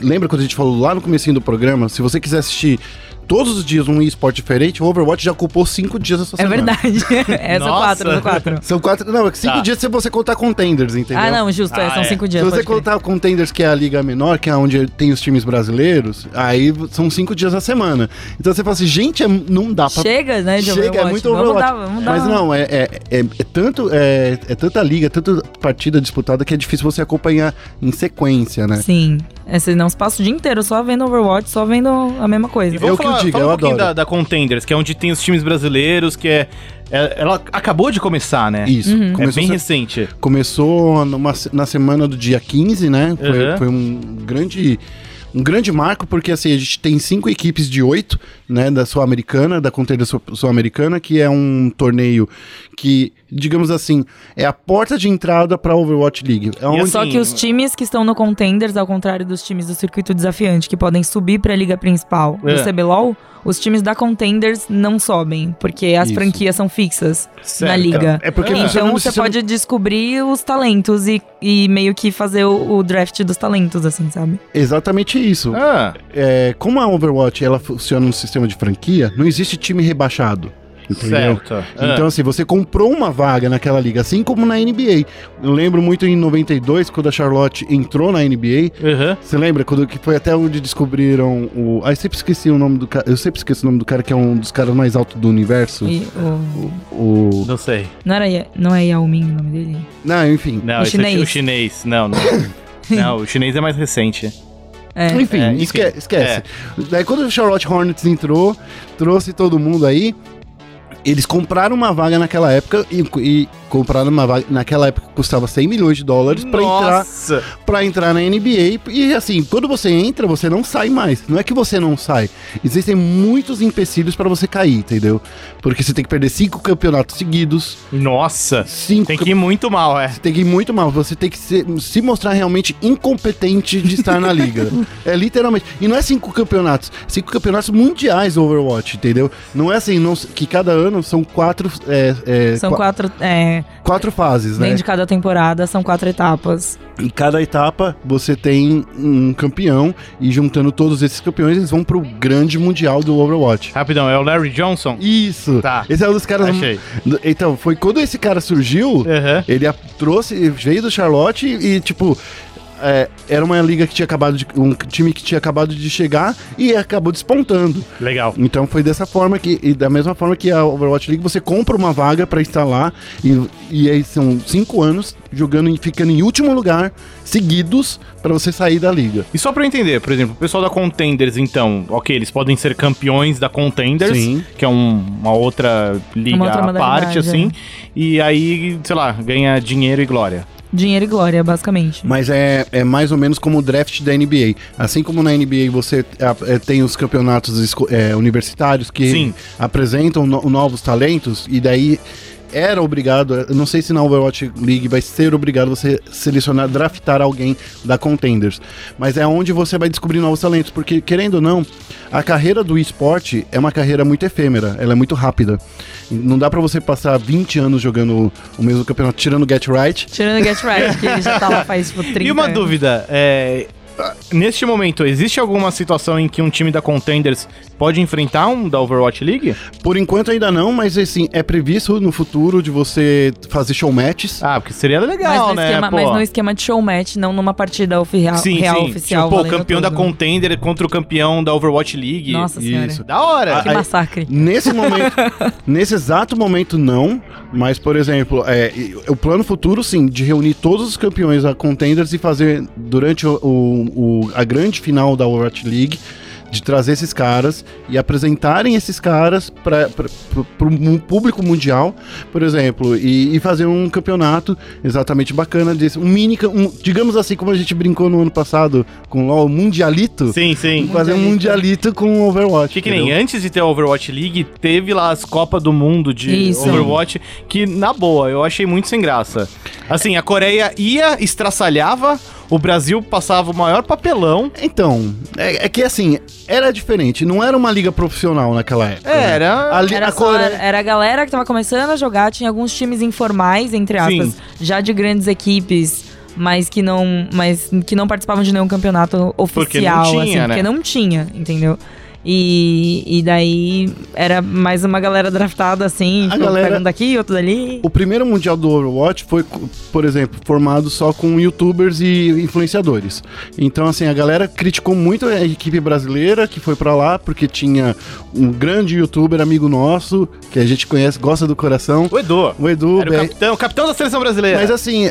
S2: lembra quando a gente falou lá no comecinho do programa, se você quiser assistir todos os dias um esporte diferente, o Overwatch já ocupou cinco dias da sua
S3: É
S2: semana.
S3: verdade. Essa é
S1: Nossa.
S3: quatro, são quatro.
S2: São quatro. Não, é que cinco
S1: Tá.
S2: dias se você contar contenders, entendeu?
S3: Ah, não, justo, é,
S1: Ah,
S3: são
S1: é.
S3: cinco
S2: Se
S3: dias.
S2: você
S3: pode crer.
S2: contar contenders, que é a liga menor, que é onde tem os times brasileiros, aí v- são cinco dias da semana. Então você fala assim, gente, é- não dá pra.
S3: Chega, né, de
S2: Chega, é
S3: Overwatch.
S2: muito
S3: Vamos
S2: Overwatch.
S3: dar, vamos dar. um-
S2: Mas não, é, é, é, é tanto, é, é tanta liga, tanta partida disputada que é difícil você acompanhar em sequência, né?
S3: Sim. É, senão você passa o dia inteiro só vendo Overwatch, só vendo a mesma coisa.
S1: E vamos
S2: eu que
S1: falar,
S2: eu diga,
S1: falar um
S2: eu
S1: pouquinho
S2: adoro.
S1: Da, da Contenders, que é onde tem os times brasileiros, que é. é- Ela acabou de começar, né?
S2: Isso.
S3: Uhum.
S1: É
S2: Começou
S1: bem
S2: se-
S1: recente.
S2: Começou numa se- na semana do dia 15, né? Foi,
S1: Uhum.
S2: foi um grande. Um grande marco, porque assim, a gente tem cinco equipes de oito, né, da Sul-Americana, da Contenda Sul- Sul-Americana, que é um torneio que, digamos assim, é a porta de entrada pra Overwatch League. É onde-
S3: Só
S1: assim,
S3: que os times que estão no Contenders, ao contrário dos times do circuito desafiante, que podem subir pra liga principal
S1: É.
S3: do CBLOL, os times da Contenders não sobem, porque as
S2: Isso.
S3: franquias são fixas na
S1: Certo.
S3: liga.
S2: É porque
S1: Ah.
S2: funciona
S3: Então
S2: no
S3: você
S2: sistema-
S3: pode descobrir os talentos e, e meio que fazer o, o draft dos talentos, assim, sabe?
S2: Exatamente isso.
S1: Ah,
S2: É, como a Overwatch ela funciona no sistema de franquia, não existe time rebaixado. Entendeu?
S1: certo. Ah.
S2: Então, assim, você comprou uma vaga naquela liga, assim como na NBA. Eu lembro muito em 92, quando a Charlotte entrou na NBA.
S1: Uhum.
S2: Você lembra? Quando, que foi até onde descobriram o. Ah, eu sempre esqueci o nome do cara. Eu sempre esqueço o nome do cara que é um dos caras mais altos do universo.
S3: E o-
S2: O.
S1: Não sei.
S3: não, era, Ye- não é Yao Ming o nome dele?
S2: Não, enfim.
S1: Não,
S3: O
S1: esse é chi-
S3: chinês.
S1: o chinês. Não, não. não, o chinês é mais recente.
S3: É.
S2: Enfim,
S1: É, enfim.
S2: esque- esquece. Daí quando o Charlotte Hornets entrou, trouxe todo mundo aí. Eles compraram uma vaga naquela época e, e compraram uma vaga naquela época que custava 100 milhões de dólares pra entrar
S1: Nossa!
S2: Pra entrar na NBA. E assim, quando você entra, você não sai mais. Não é que você não sai. Existem muitos empecilhos pra você cair, entendeu? Porque você tem que perder cinco campeonatos seguidos,
S1: Nossa!
S2: cinco
S1: Tem que ir muito mal, é.
S2: você tem que ir muito mal, você tem que se, se mostrar realmente incompetente de estar na liga. É literalmente. E não é cinco campeonatos, cinco campeonatos mundiais Overwatch, entendeu? Não é assim, não- que cada ano são quatro, é, é,
S3: São
S2: qua-
S3: quatro. É,
S2: quatro fases, né?
S3: dentro de cada temporada, são quatro etapas.
S2: Em cada etapa você tem um campeão e juntando todos esses campeões eles vão pro grande mundial do Overwatch.
S1: Rapidão, é o Larry Johnson?
S2: Isso.
S1: Tá.
S2: Esse é um dos caras.
S1: Achei.
S2: Então, foi quando esse cara surgiu,
S1: Uhum.
S2: Ele a- trouxe, veio do Charlotte e, tipo. é, era uma liga que tinha acabado de. um time que tinha acabado de chegar e acabou despontando.
S1: Legal.
S2: Então foi dessa forma que. E da mesma forma que a Overwatch League, você compra uma vaga pra instalar e, e aí são cinco anos jogando e ficando em último lugar, seguidos, pra você sair da liga.
S1: E só pra eu entender, por exemplo, o pessoal da Contenders, então, ok, eles podem ser campeões da Contenders,
S2: Sim.
S1: que é um- uma outra liga
S3: Uma outra
S1: à parte,
S3: modalidade, é.
S1: assim, e aí, sei lá, ganha dinheiro e glória.
S3: Dinheiro e glória, basicamente.
S2: Mas é, é mais ou menos como o draft da NBA. Assim como na NBA você é, é, tem os campeonatos esco- é, universitários que
S1: Sim.
S2: apresentam no- novos talentos, e daí era obrigado, eu não sei se na Overwatch League vai ser obrigado você selecionar, draftar alguém da Contenders, mas é onde você vai descobrir novos talentos, porque querendo ou não, a carreira do esporte é uma carreira muito efêmera, ela é muito rápida. Não dá pra você passar 20 anos jogando o mesmo campeonato, tirando o Get Right,
S3: Tirando o Get Right, que ele já tá lá faz tipo 30
S1: E uma
S3: anos.
S1: dúvida, é, neste momento, existe alguma situação em que um time da Contenders pode enfrentar um da Overwatch League?
S2: Por enquanto ainda não, mas assim, é previsto no futuro de você fazer showmatches.
S1: Ah, porque seria
S3: mas,
S1: legal,
S3: no
S1: né?
S3: esquema,
S1: pô?
S3: mas no esquema de showmatch, não numa partida oficial,
S1: sim,
S3: real
S1: sim.
S3: oficial.
S1: tipo, pô,
S3: valendo
S1: campeão
S3: tudo. né?
S1: da Contender contra o campeão da Overwatch League.
S3: Nossa senhora. Ah,
S1: Isso, da hora.
S3: Que
S2: Aí-
S3: massacre.
S2: Nesse momento, nesse exato momento, não. Mas, por exemplo, é, e- o plano futuro, sim, de reunir todos os campeões a contenders e fazer durante o, o- o- a grande final da Overwatch League. De trazer esses caras e apresentarem esses caras para o público mundial, por exemplo, e, e fazer um campeonato exatamente bacana desse. Um mini, ca- um- digamos assim, como a gente brincou no ano passado com o LOL, Mundialito.
S1: Sim, sim. né?
S2: Fazer um Mundialito com Overwatch.
S1: Que, que nem
S2: entendeu?
S1: antes de ter a Overwatch League, teve lá as Copa do Mundo de
S3: Isso.
S1: Overwatch, que na boa, eu achei muito sem graça. Assim, a Coreia ia, estraçalhava, o Brasil passava o maior papelão.
S2: Então, é, é que assim, era diferente, não era uma liga profissional naquela época. né?
S1: Era.
S2: Ali,
S3: Era,
S2: a
S3: só-
S2: Coreia,
S3: era a galera que tava começando a jogar, tinha alguns times informais, entre aspas,
S1: Sim.
S3: já de grandes equipes, mas que não, mas que não participavam de nenhum campeonato oficial,
S1: Porque não tinha,
S3: assim,
S1: né?
S3: porque não tinha, entendeu? E, e daí era mais uma galera draftada assim,
S2: A
S3: tipo,
S2: galera-
S3: pega um daqui, outro dali.
S2: o primeiro mundial do Overwatch foi, co- por exemplo, formado só com youtubers e influenciadores. Então, assim, a galera criticou muito a equipe brasileira que foi pra lá, porque tinha um grande youtuber amigo nosso, que a gente conhece, gosta do coração,
S1: O Edu.
S2: o Edu,
S1: Era o
S2: BR
S1: capitão, capitão da seleção brasileira.
S2: Mas assim,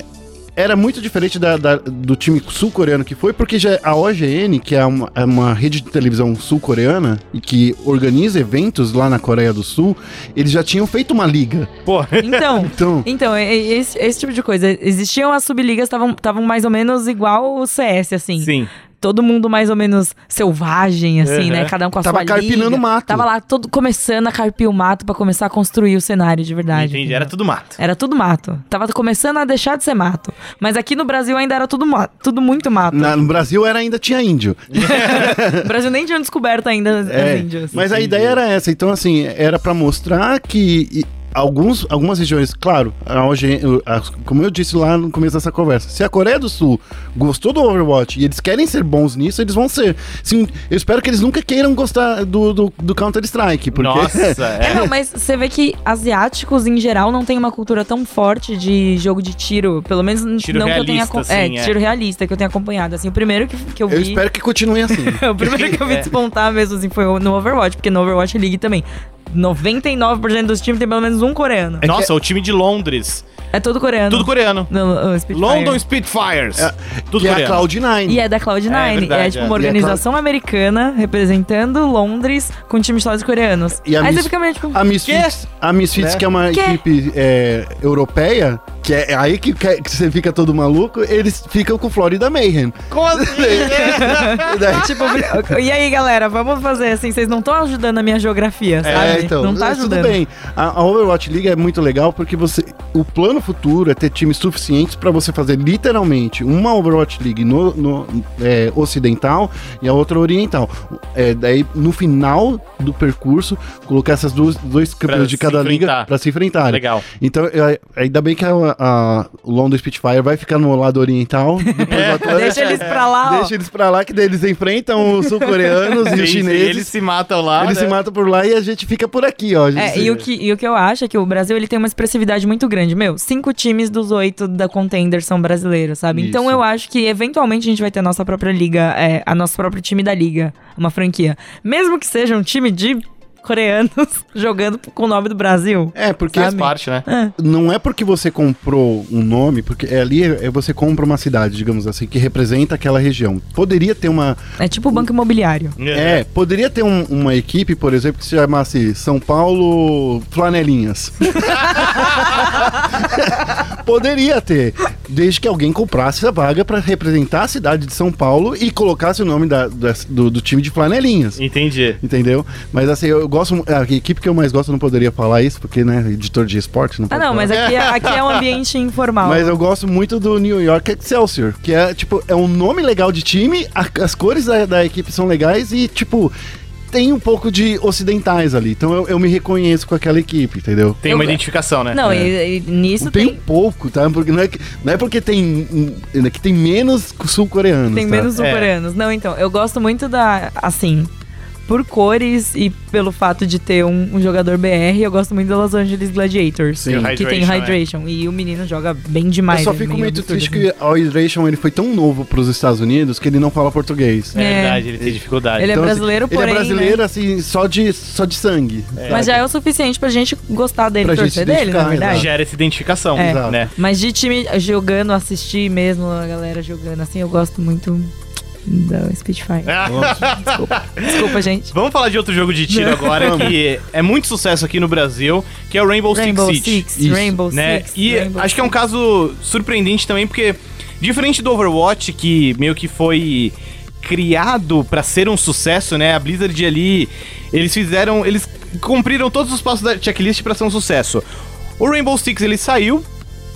S2: era muito diferente da- da- do time sul-coreano que foi, porque já a OGN, que é uma, é uma rede de televisão sul-coreana e que organiza eventos lá na Coreia do Sul, eles já tinham feito uma liga.
S1: Pô,
S3: Então,
S2: Então,
S3: Então, e- e- esse, esse tipo de coisa. Existiam as subligas, estavam mais ou menos igual o CS, assim.
S1: sim.
S3: Todo mundo mais ou menos selvagem, assim,
S1: Uhum.
S3: né? Cada um com a
S2: Tava
S3: sua
S2: carpinando
S3: liga.
S2: mato.
S3: Tava lá todo começando a carpir o mato pra começar a construir o cenário de verdade.
S1: Entendi,
S3: entendeu?
S1: era tudo mato.
S3: Era tudo mato. Tava começando a deixar de ser mato. Mas aqui no Brasil ainda era tudo, ma- tudo muito mato.
S2: na- no Brasil era ainda tinha índio.
S3: O Brasil nem tinha descoberto ainda as,
S2: É,
S3: as índias.
S2: Mas a ideia era essa. Então, assim, era pra mostrar que e, alguns, algumas regiões, claro, a OG, o- a- como eu disse lá no começo dessa conversa, se a Coreia do Sul gostou do Overwatch e eles querem ser bons nisso, eles vão ser. Sim, eu espero que eles nunca queiram gostar do, do, do Counter-Strike, porque.
S1: Nossa,
S3: É,
S1: é.
S3: não, mas você vê que asiáticos em geral não tem uma cultura tão forte de jogo de tiro, pelo menos n-
S1: Tiro
S3: não que eu tenha
S1: realista,
S3: acom- é,
S1: assim, é.
S3: tiro realista que eu tenha acompanhado assim. O primeiro que, que eu
S2: Eu
S3: vi,
S2: espero que continue assim.
S3: o primeiro que eu vi
S1: É.
S3: despontar mesmo assim foi o- no Overwatch, porque no Overwatch League também 99% dos times tem pelo menos um coreano.
S1: Nossa, o time de Londres.
S3: É todo coreano.
S1: Tudo coreano.
S3: No- no Spitfire.
S1: London Spitfires.
S2: É,
S1: Tudo
S2: que é a
S1: coreano.
S2: Cloud9.
S3: E é da Cloud9.
S1: É
S3: É,
S1: verdade,
S3: tipo
S1: é.
S3: uma
S2: E é
S3: organização americana representando Londres com times só de coreanos.
S2: E a
S3: Aí
S2: Miss-
S3: você fica meio tipo.
S2: A Misfits, a Misfits
S1: Né?
S2: que é uma
S3: Quê?
S2: equipe é, europeia, que é aí que, que você fica todo maluco, eles ficam com Florida Mayhem.
S1: Como assim?
S2: E daí,
S3: Tipo, e aí, galera, vamos fazer assim, vocês não estão ajudando a minha geografia, sabe?
S2: É, então,
S3: não tá
S2: mas
S3: ajudando.
S2: tudo bem. A, a Overwatch League é muito legal porque você, o plano futuro é ter times suficientes para você fazer literalmente uma Overwatch League no, no, é, ocidental e a outra oriental. É, daí no final do percurso colocar essas duas dois campeões
S1: se
S2: de cada liga
S1: enfrentar.
S2: para se enfrentarem.
S1: Legal.
S2: Então é, ainda bem que a, a- o London Spitfire vai ficar no lado oriental, depois o Atlântico.
S3: É. Deixa eles pra lá,
S2: né? Deixa eles pra lá que daí eles enfrentam os sul-coreanos e
S1: Sim,
S2: os
S1: sim,
S2: chineses.
S1: eles se matam lá.
S2: Eles
S1: né?
S2: se matam por lá e a gente fica por aqui, ó. A
S3: ó.
S2: gente
S3: É,
S2: se-
S3: e, o que, e o que eu acho é que o Brasil ele tem uma expressividade muito grande. Meu, cinco times dos oito da contender são brasileiros, sabe? Então
S2: Isso.
S3: eu acho que eventualmente a gente vai ter a nossa própria liga, é, a nosso próprio time da liga, uma franquia. Mesmo que seja um time de coreanos jogando com o nome do Brasil.
S2: É, porque
S1: Faz parte, né?
S2: não é porque você comprou um nome, porque é ali é, é você compra uma cidade, digamos assim, que representa aquela região. Poderia ter uma.
S3: É tipo o banco imobiliário.
S2: É, poderia ter um- uma equipe, por exemplo, que se chamasse São Paulo Flanelinhas. poderia ter. Desde que alguém comprasse a vaga para representar a cidade de São Paulo e colocasse o nome da- da- do, do time de Flanelinhas.
S1: Entendi.
S2: Entendeu? Mas assim, eu gosto. mu- A equipe que eu mais gosto eu não poderia falar isso, porque, né, editor de esporte não
S3: Ah,
S2: pode
S3: não,
S2: falar.
S3: mas aqui é, aqui é um ambiente informal.
S2: Mas eu gosto muito do New York Excelsior, que é, tipo, é um nome legal de time, a- as cores da, da equipe são legais e, tipo. tem um pouco de ocidentais ali. Então eu, eu me reconheço com aquela equipe, entendeu?
S1: Tem
S3: Eu-
S1: uma identificação, né?
S3: Não,
S1: é.
S3: e, e nisso
S2: tem,
S3: tem,
S2: um pouco, tá? Porque não é que, não é porque tem, um- é que tem menos sul-coreanos.
S3: Tem
S2: tá?
S3: menos
S1: É.
S3: sul-coreanos. Não, então, eu gosto muito da. Assim, por cores e pelo fato de ter um, um jogador BR, eu gosto muito da Los Angeles Gladiators.
S2: Sim.
S3: que- que tem
S1: Hydration, né?
S3: Hydration. E o menino joga bem demais.
S2: Eu só
S3: é
S2: fico
S3: meio
S2: meio
S3: absurdo,
S2: triste
S3: assim.
S2: que o Hydration ele foi tão novo pros Estados Unidos que ele não fala português.
S1: É
S3: É.
S1: verdade, ele tem dificuldade.
S3: Ele é
S2: Então, assim,
S3: brasileiro,
S2: Ele é
S3: porém. né?
S2: brasileiro, assim, só de, só de sangue. sabe?
S3: Mas já é o suficiente pra gente gostar dele,
S2: Pra gente se
S3: torcer dele, na
S2: identificar,
S3: verdade.
S2: exato.
S1: Gera essa identificação,
S2: É.
S1: né?
S3: Mas de time jogando, assistir mesmo, a galera jogando, assim, eu gosto muito da Spitfire.
S1: É.
S3: Desculpa, gente.
S1: Vamos falar de outro jogo de tiro agora que é muito sucesso aqui no Brasil, que é o Rainbow,
S3: Rainbow
S1: Six Siege.
S3: Six,
S2: Isso,
S3: Rainbow
S1: né?
S3: Six.
S1: E
S3: Rainbow
S1: acho que é um caso surpreendente também, porque diferente do Overwatch, que meio que foi criado pra ser um sucesso, né? A Blizzard ali, eles fizeram, eles cumpriram todos os passos da checklist pra ser um sucesso. O Rainbow Six ele saiu,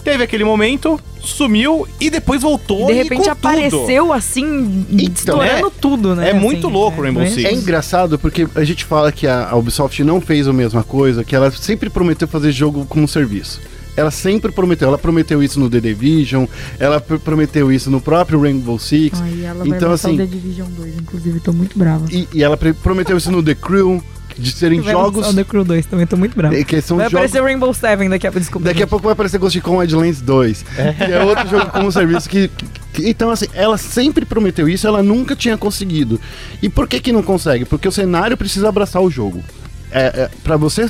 S1: teve aquele momento, sumiu e depois voltou
S3: de
S1: e com
S3: repente
S1: tudo.
S3: apareceu assim,
S2: Então,
S3: estourando tudo, né?
S1: é
S3: assim,
S1: muito louco o Rainbow
S3: Mas-
S1: Six.
S2: É engraçado porque a gente fala que a a Ubisoft não fez a mesma coisa, que ela sempre prometeu fazer jogo como serviço. Ela sempre prometeu, ela prometeu isso no The Division, ela pr- prometeu isso no próprio Rainbow Six,
S3: Ai, ela vai
S2: Então,
S3: lançar
S2: assim-
S3: o The Division 2, inclusive, tô muito brava.
S2: e, e ela pre- prometeu isso no The Crew, de serem
S3: Vai
S2: jogos.
S3: lançar o The Crew 2 também, tô muito brava.
S2: eh, Que são
S3: Vai
S2: jogos
S3: aparecer o Rainbow Seven daqui a pouco, desculpa.
S2: Daqui a
S3: gente.
S2: pouco vai aparecer Ghost Recon Wildlands 2. Que é outro jogo como serviço que, que- Então, assim, ela sempre prometeu isso, ela nunca tinha conseguido. E por que que não consegue? Porque o cenário precisa abraçar o jogo. É, é, para você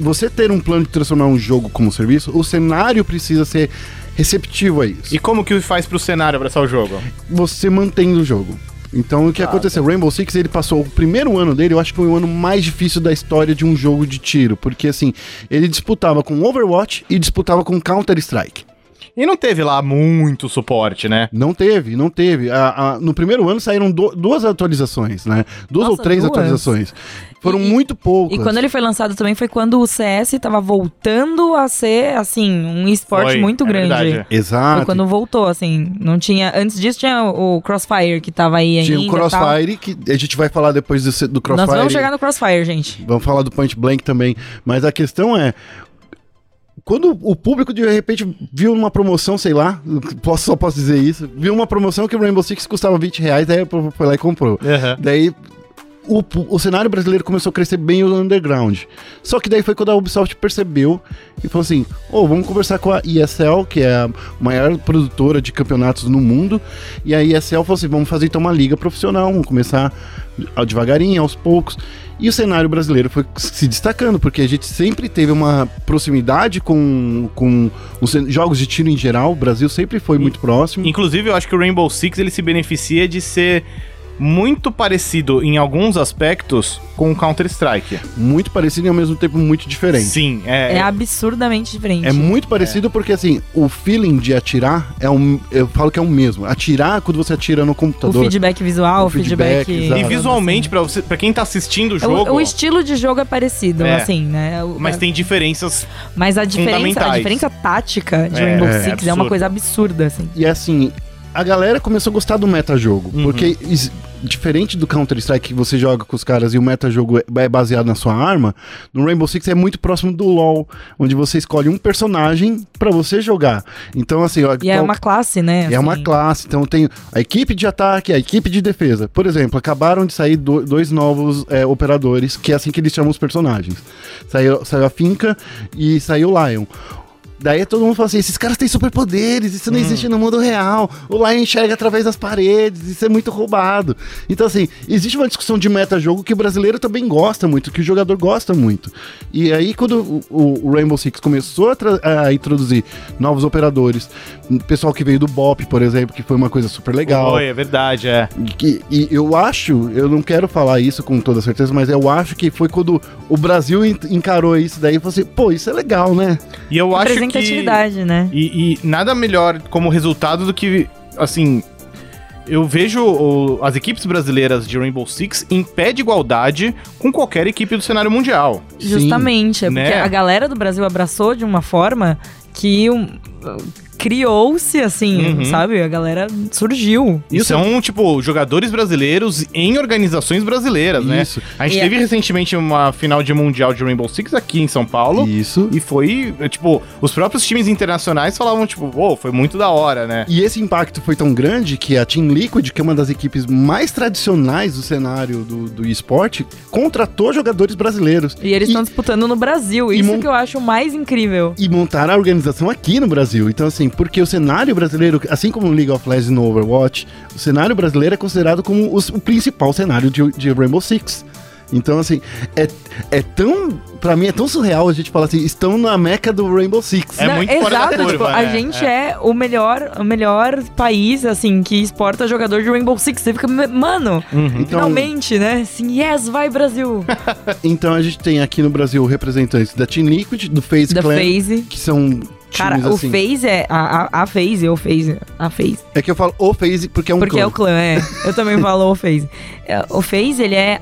S2: você ter um plano de transformar um jogo como serviço, o cenário precisa ser receptivo a isso.
S1: E como que faz pro cenário abraçar o jogo?
S2: você mantendo o jogo. Então o que aconteceu? Rainbow Six ele passou o primeiro ano dele, eu acho que foi o ano mais difícil da história de um jogo de tiro, porque assim ele disputava com Overwatch e disputava com Counter Strike.
S1: E não teve lá muito suporte, né?
S2: Não teve, não teve. A- a- no primeiro ano saíram do- duas atualizações, né? Duas
S3: Nossa,
S2: ou três
S3: duas?
S2: atualizações. Foram
S3: E-
S2: muito poucas.
S3: E quando ele foi lançado também foi quando o CS tava voltando a ser, assim, um esporte
S1: Foi,
S3: muito
S1: é
S3: grande.
S1: verdade.
S2: Exato.
S3: Foi quando voltou, assim. Não tinha. Antes disso tinha o o Crossfire que tava aí ainda.
S2: Tinha o
S3: e
S2: Crossfire, que a gente vai falar depois desse- do
S3: tal.
S2: Crossfire.
S3: Nós vamos chegar no Crossfire, gente.
S2: Vamos falar do Point Blank também. Mas a questão é. Quando o público de repente viu uma promoção, sei lá, posso, só posso dizer isso, viu uma promoção que o Rainbow Six custava 20 reais, aí foi lá e comprou. Daí o, pu- o cenário brasileiro começou a crescer bem o underground. Só que daí foi quando a Ubisoft percebeu e falou assim: ô, vamos conversar com a ESL, que é a maior produtora de campeonatos no mundo. E a ESL falou assim: vamos fazer então uma liga profissional, vamos começar ao- devagarinho, aos poucos. E o cenário brasileiro foi se destacando, porque a gente sempre teve uma proximidade com, com os cen- jogos de tiro em geral. O Brasil sempre foi muito próximo.
S1: Inclusive, eu acho que o Rainbow Six ele se beneficia de ser muito parecido em alguns aspectos com o Counter Strike.
S2: muito parecido e ao mesmo tempo muito diferente.
S1: Sim,
S3: É,
S1: é.
S3: absurdamente diferente.
S2: É muito parecido porque, assim, o feeling de atirar é um. Eu falo que é o mesmo. Atirar quando você atira no
S3: o
S2: computador.
S3: feedback visual,
S2: O
S3: o feedback.
S2: feedback, exato.
S1: E visualmente pra você, para quem tá assistindo o
S3: É, O,
S1: jogo,
S3: o estilo de jogo é parecido,
S1: É.
S3: assim, né? O-
S1: mas tem diferenças.
S3: mas a diferença,
S1: fundamentais.
S3: a diferença tática de
S1: É,
S3: Rainbow
S2: é
S3: Six é,
S1: absurdo.
S3: uma coisa absurda, assim.
S2: E assim, a galera começou a gostar do metajogo.
S1: Uhum.
S2: Porque is- diferente do Counter-Strike que você joga com os caras e o metajogo é- é baseado na sua arma, no Rainbow Six é muito próximo do LoL, onde você escolhe um personagem pra você jogar. Então, assim, ó,
S3: E é
S2: qual-
S3: uma classe, né?
S2: É uma
S3: assim.
S2: classe, então tem a equipe de ataque, a equipe de defesa. Por exemplo, acabaram de sair do- dois novos é, operadores, que é assim que eles chamam os personagens. Saiu, saiu a Finca e saiu o Lion. Daí todo mundo fala assim: esses caras têm superpoderes, isso não existe no mundo real. O Lion enxerga através das paredes, isso é muito roubado. Então, assim, existe uma discussão de metajogo que o brasileiro também gosta muito, que o jogador gosta muito. E aí, quando o, o- o Rainbow Six começou a, tra- a introduzir novos operadores, um pessoal que veio do Bop, por exemplo, que foi uma coisa super legal.
S1: Oi, é verdade, é.
S2: Que- e eu acho, eu não quero falar isso com toda certeza, mas eu acho que foi quando o Brasil en- encarou isso daí e falou assim: pô, isso é legal, né?
S1: E eu acho que
S3: Representatividade, né?
S1: E, e nada melhor como resultado do que, assim, eu vejo o- as equipes brasileiras de Rainbow Six em pé de igualdade com qualquer equipe do cenário mundial.
S2: Sim,
S3: Justamente, é
S1: né?
S3: porque a galera do Brasil abraçou de uma forma que um, criou-se, assim,
S1: Uhum.
S3: sabe? A galera surgiu.
S1: E são, tipo, jogadores brasileiros em organizações brasileiras, né?
S2: Isso.
S1: A gente
S3: E- é-
S1: teve recentemente uma final de mundial de Rainbow Six aqui em São Paulo.
S2: Isso.
S1: E foi, é, tipo, os próprios times internacionais falavam, tipo, pô, foi muito da hora, né?
S2: E esse impacto foi tão grande que a Team Liquid, que é uma das equipes mais tradicionais do cenário do, do esporte, contratou jogadores brasileiros.
S3: E eles estão disputando no Brasil.
S2: e
S3: Isso
S2: mon-
S3: que eu acho mais incrível.
S2: e montar a organização aqui no Brasil. Então, assim, porque o cenário brasileiro, assim como o League of Legends no Overwatch, o cenário brasileiro é considerado como os- o principal cenário de, de Rainbow Six. Então, assim, é, é tão. Pra mim é tão surreal a gente falar assim, estão na meca do Rainbow Six.
S1: É muito fora da curva,
S3: tipo, a
S1: né?
S3: gente é, o melhor, o melhor país, assim, que exporta jogador de Rainbow Six. Você fica, mano,
S2: Então,
S3: finalmente, né? Assim, yes, vai Brasil!
S2: então a gente tem aqui no Brasil representantes da Team Liquid, do FaZe
S3: da
S2: Clan,
S3: FaZe.
S2: que são times
S3: Cara,
S2: assim.
S3: o FaZe é. A, a, a FaZe, ou FaZe. A FaZe.
S2: É que eu falo o FaZe porque é um
S3: Porque é
S2: clã.
S3: o clã, é. Eu também falo o FaZe. É, O FaZe, ele é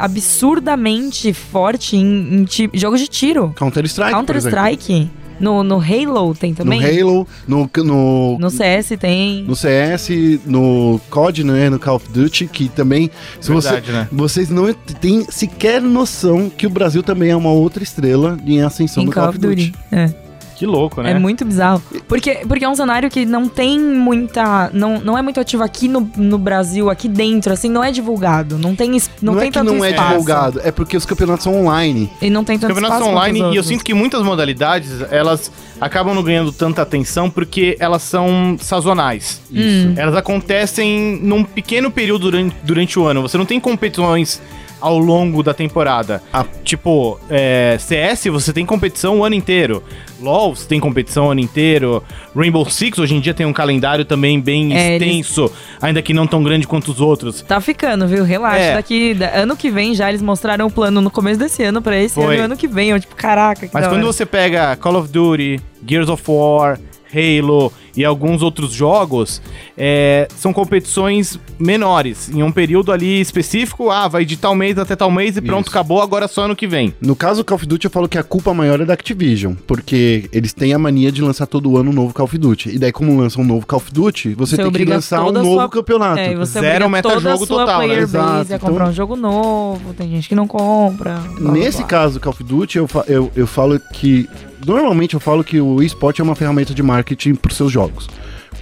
S3: absurdamente forte em, em ti- jogos de tiro.
S2: Counter-Strike, por exemplo.
S3: Counter-Strike. No, no Halo tem também.
S2: No Halo, no- no
S3: No CS tem.
S2: no CS, no COD, né, no Call of Duty, que também se você
S1: Verdade, né?
S2: vocês não têm sequer noção que o Brasil também é uma outra estrela em ascensão
S3: Em
S2: do
S3: Call of Duty. É.
S1: Que louco, né?
S3: É muito bizarro. Porque, porque é um cenário que não tem muita. Não, não é muito ativo aqui no, no Brasil, aqui dentro, assim, não é divulgado. Não tem, es- não
S2: Não,
S3: tem
S2: é que
S3: tanto
S2: não é
S3: espaço.
S2: divulgado, é porque os campeonatos são online.
S3: E não tem tanto
S1: Campeonatos
S3: espaço.
S1: online,
S3: quanto
S1: e
S3: os
S1: eu
S3: outros.
S1: sinto que muitas modalidades, elas acabam não ganhando tanta atenção porque elas são sazonais.
S3: Hum.
S2: Isso.
S1: Elas acontecem num pequeno período durante, durante o ano. Você não tem competições ao longo da temporada.
S2: Ah.
S1: Tipo, é, CS você tem competição o ano inteiro. LoL você tem competição o ano inteiro. Rainbow Six hoje em dia tem um calendário também bem
S3: É, eles-
S1: extenso, ainda que não tão grande quanto os outros.
S3: Tá ficando, viu? Relaxa.
S1: É.
S3: Daqui. da- ano que vem já eles mostraram o plano no começo desse ano pra esse
S1: Foi.
S3: ano e ano que vem. Eu, tipo, caraca, que
S1: Mas
S3: da
S1: quando
S3: hora.
S1: você pega Call of Duty, Gears of War, Halo e alguns outros jogos, é, são competições menores, em um período ali específico, ah, vai de tal mês até tal mês e pronto,
S2: Isso.
S1: acabou, agora só ano que vem.
S2: No caso do Call of Duty, eu falo que a culpa maior é da Activision, porque eles têm a mania de lançar todo ano um novo Call of Duty. E daí, como lança um novo Call of Duty, você,
S3: Você
S2: tem que
S3: obriga
S2: lançar um
S3: toda a
S2: novo
S3: sua-
S2: campeonato.
S3: É, e você
S1: Zero
S3: obriga
S1: metajogo
S3: toda a sua
S1: total, né?
S3: player base
S2: Exato,
S3: a comprar
S2: então-
S3: um jogo novo, tem gente que não compra. blá, blá,
S2: Nesse
S3: blá.
S2: caso do Call of Duty, eu, fa- eu, eu falo que. Normalmente eu falo que o esporte é uma ferramenta de marketing para os seus jogos.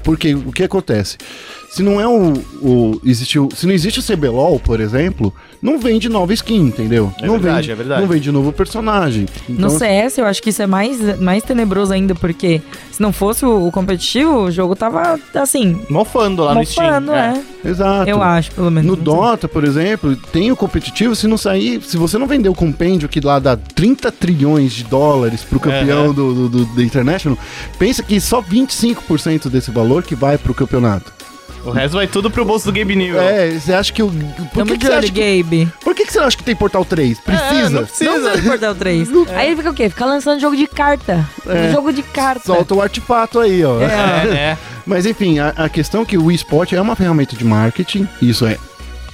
S2: Porque o que acontece? Se não é o. o existe o- se não existe o CBLOL, por exemplo, não vende nova skin, entendeu?
S1: É
S2: não
S1: verdade,
S2: vende,
S1: é verdade.
S2: Não vende novo personagem.
S3: No
S2: Então,
S3: CS, eu acho que isso é mais, mais tenebroso ainda, porque se não fosse o, o competitivo, o jogo tava, assim,
S1: Mofando lá
S3: mofando,
S1: no Steam. é. Tá
S3: né?
S2: exato.
S3: Eu acho, pelo menos.
S2: No
S3: Não
S2: Dota, por exemplo, tem o competitivo, se não sair, se você não vender o compêndio que lá dá 30 trilhões de dólares pro campeão
S1: Aham.
S2: do, do, do- do International, pensa que só 25% desse valor que vai pro campeonato.
S1: É. O resto vai tudo pro bolso do Gabe New.
S2: É, você acha que o...
S3: sei.
S2: Por que,
S3: Tamo
S2: que
S3: de
S2: você
S3: olho,
S2: acha que,
S3: Gabe.
S2: por que, que você acha que tem Portal 3?
S1: É, não
S2: Precisa?
S1: precisa.
S3: Não usa de Portal 3. Aí ele fica o quê? Fica lançando jogo de carta.
S2: É.
S3: Jogo de carta.
S2: Solta o artefato aí, ó.
S1: É, né?
S2: Mas enfim, a, a questão é que o esporte é uma ferramenta de marketing, isso é,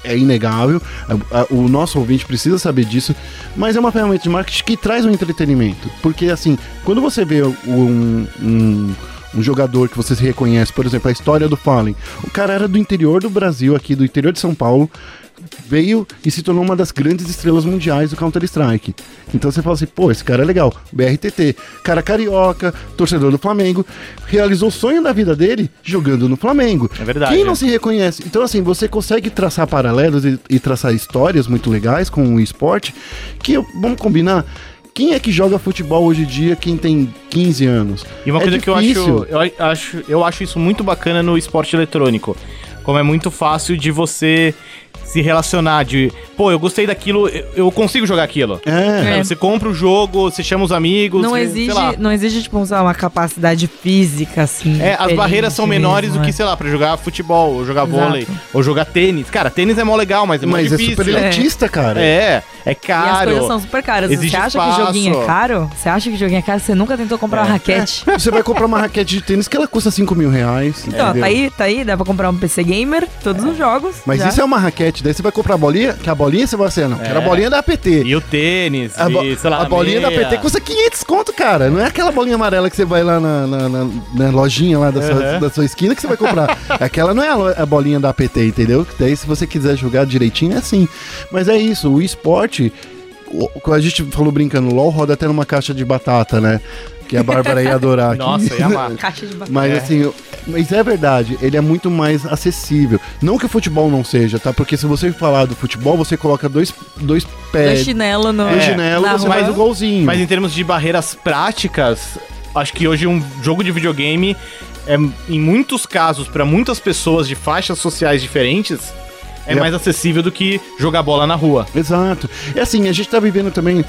S2: é inegável, a- a- o nosso ouvinte precisa saber disso, mas é uma ferramenta de marketing que traz um entretenimento. Porque assim, quando você vê um. um- um jogador que você se reconhece, por exemplo, a história do Fallen. O cara era do interior do Brasil, aqui do interior de São Paulo, veio e se tornou uma das grandes estrelas mundiais do Counter-Strike. Então você fala assim, pô, esse cara é legal, BRTT, cara carioca, torcedor do Flamengo, realizou o sonho da vida dele jogando no Flamengo.
S1: É verdade,
S2: Quem
S1: é.
S2: não se reconhece? Então assim, você consegue traçar paralelos e, e traçar histórias muito legais com o esporte, que, vamos combinar, quem é que joga futebol hoje em dia quem tem 15 anos?
S1: E uma
S2: É
S1: coisa
S2: difícil.
S1: que eu acho, eu acho, eu acho isso muito bacana no esporte eletrônico, como é muito fácil de você se relacionar de, pô, eu gostei daquilo, eu, eu consigo jogar aquilo.
S2: É,
S1: Né, Você compra o jogo, você chama os amigos,
S3: Não
S1: você- sei lá.
S3: exige, não exige, tipo, sei lá, uma capacidade física, assim.
S1: É, as
S3: diferente
S1: barreiras são menores
S3: mesmo,
S1: do que,
S3: é.
S1: sei lá, pra jogar futebol, ou jogar
S3: Exato.
S1: vôlei, ou jogar tênis. Cara, tênis é mó legal, mas é mó
S2: mas é
S1: difícil.
S2: super elitista, cara.
S1: é, é
S3: E as coisas são
S1: caro.
S3: super caras.
S1: Exige
S3: Você acha que
S1: espaço.
S3: joguinho é caro? Você acha que joguinho é caro? Você nunca tentou comprar uma raquete?
S1: É.
S2: Você vai comprar uma raquete de tênis que ela custa 5 mil reais.
S3: Então,
S1: É.
S2: entendeu?
S3: tá aí, tá aí, dá pra comprar um PC Gamer, todos os jogos.
S2: Mas
S3: já.
S2: isso é uma raquete. Daí você vai comprar a bolinha, que a bolinha você vai assim, não, quero a bolinha da APT.
S1: É. E o tênis,
S2: A, bo-
S1: e, sei lá,
S2: a bolinha da
S1: meia.
S2: PT custa 500 conto, cara. Não é aquela bolinha amarela que você vai lá na, na- na- na lojinha lá da sua,
S1: Uhum.
S2: da sua esquina que você vai comprar. aquela não é a, lo- a bolinha da PT, entendeu? Daí, se você quiser jogar direitinho, é assim. Mas é isso, o esporte. o- o- A gente falou brincando, o LOL roda até numa caixa de batata, né? Que a Bárbara ia adorar. aqui.
S1: Nossa, ia amar.
S3: Caixa de batata.
S1: É.
S2: Mas assim, eu- mas é verdade, ele é muito mais acessível. Não que o futebol não seja, tá? Porque se você falar do futebol, você coloca dois, dois
S3: Dois
S2: pés
S3: chinelo no.
S2: no É, chinelo,
S3: na
S2: você
S3: rua.
S2: faz o golzinho.
S1: Mas em termos de barreiras práticas, acho que hoje um jogo de videogame é em muitos casos para muitas pessoas de faixas sociais diferentes é,
S2: É.
S1: mais acessível do que jogar bola na rua.
S2: Exato. E assim, a gente tá vivendo também,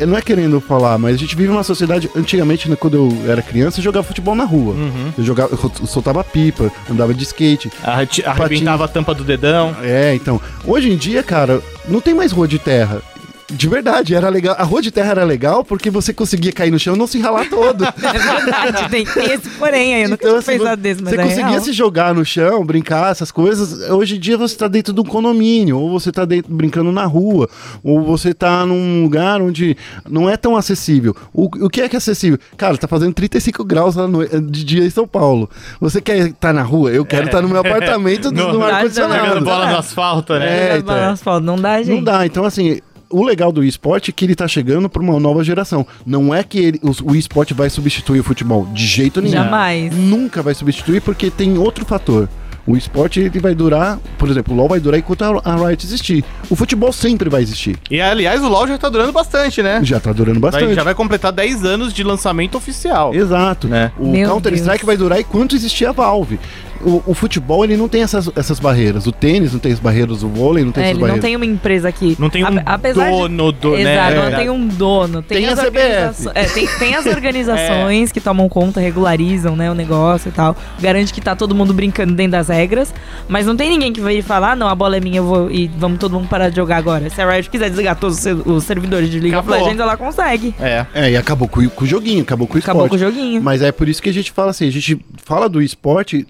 S2: eh, não é querendo falar, mas a gente vive uma sociedade, antigamente, né, quando eu era criança, eu jogava futebol na rua.
S1: Uhum.
S2: Eu jogava, eu soltava pipa, andava de skate.
S1: Arre- Arrebentava a tampa do dedão.
S2: É, então, hoje em dia, cara, não tem mais rua de terra. De verdade, era legal. A rua de terra era legal porque você conseguia cair no chão e não se ralar todo.
S3: É verdade, tem, tem esse porém aí. Eu nunca
S2: Então,
S3: tinha
S2: assim,
S3: pensado desse, mas
S2: você
S3: é
S2: conseguia
S3: real.
S2: se jogar no chão, brincar, essas coisas. Hoje em dia você tá dentro de um condomínio, ou você tá dentro, brincando na rua, ou você tá num lugar onde não é tão acessível. O, o que é que é acessível? Cara, tá fazendo 35 graus lá no- de dia em São Paulo. Você quer estar na rua? Eu quero estar no meu apartamento no,
S1: No-
S2: no
S1: Jogando
S2: ar-condicionado.
S1: bola no asfalto, né?
S2: É,
S3: Jogar
S2: então.
S3: bola no asfalto, Não dá, gente.
S2: Não dá, então assim. O legal do esporte é que ele tá chegando para uma nova geração. Não é que ele- o, o esporte vai substituir o futebol de jeito nenhum
S3: Jamais.
S2: nunca vai substituir porque tem outro fator. O esporte ele vai durar, por exemplo, o LoL vai durar enquanto a a Riot existir. O futebol sempre vai existir.
S1: E aliás, o LoL já tá durando bastante,
S3: Ah.
S1: né?
S2: Já tá durando
S1: Vai-
S2: bastante.
S1: já vai completar 10 anos de lançamento oficial.
S2: Exato.
S1: Né?
S2: O
S3: Meu
S2: Counter-Strike
S3: Deus.
S2: vai durar enquanto existir a Valve. O, o futebol ele não tem essas, essas barreiras. O tênis não tem as barreiras, o vôlei não tem
S3: É,
S2: essas
S3: ele não
S2: barreiras.
S3: tem uma empresa aqui.
S1: Não tem um
S3: Ape- apesar de-
S1: dono do,
S3: Exato,
S1: né?
S3: não tem um dono. Tem,
S2: Tem
S3: as
S2: a CBF.
S3: organizações, é, tem, tem as organizações que tomam conta, regularizam né, o negócio e tal. Garante que tá todo mundo brincando dentro das regras. Mas não tem ninguém que vai falar, "Ah, não, a bola é minha eu vou, e vamos todo mundo parar de jogar agora. Se a Riot quiser desligar todos os se- os servidores de League
S1: Acabou.
S3: of Legends, ela consegue.
S1: É.
S2: É, e acabou com, o- com o joguinho, acabou com o
S3: Acabou
S2: esporte.
S3: com o joguinho.
S2: Mas é por isso que a gente fala assim, a gente fala do esporte,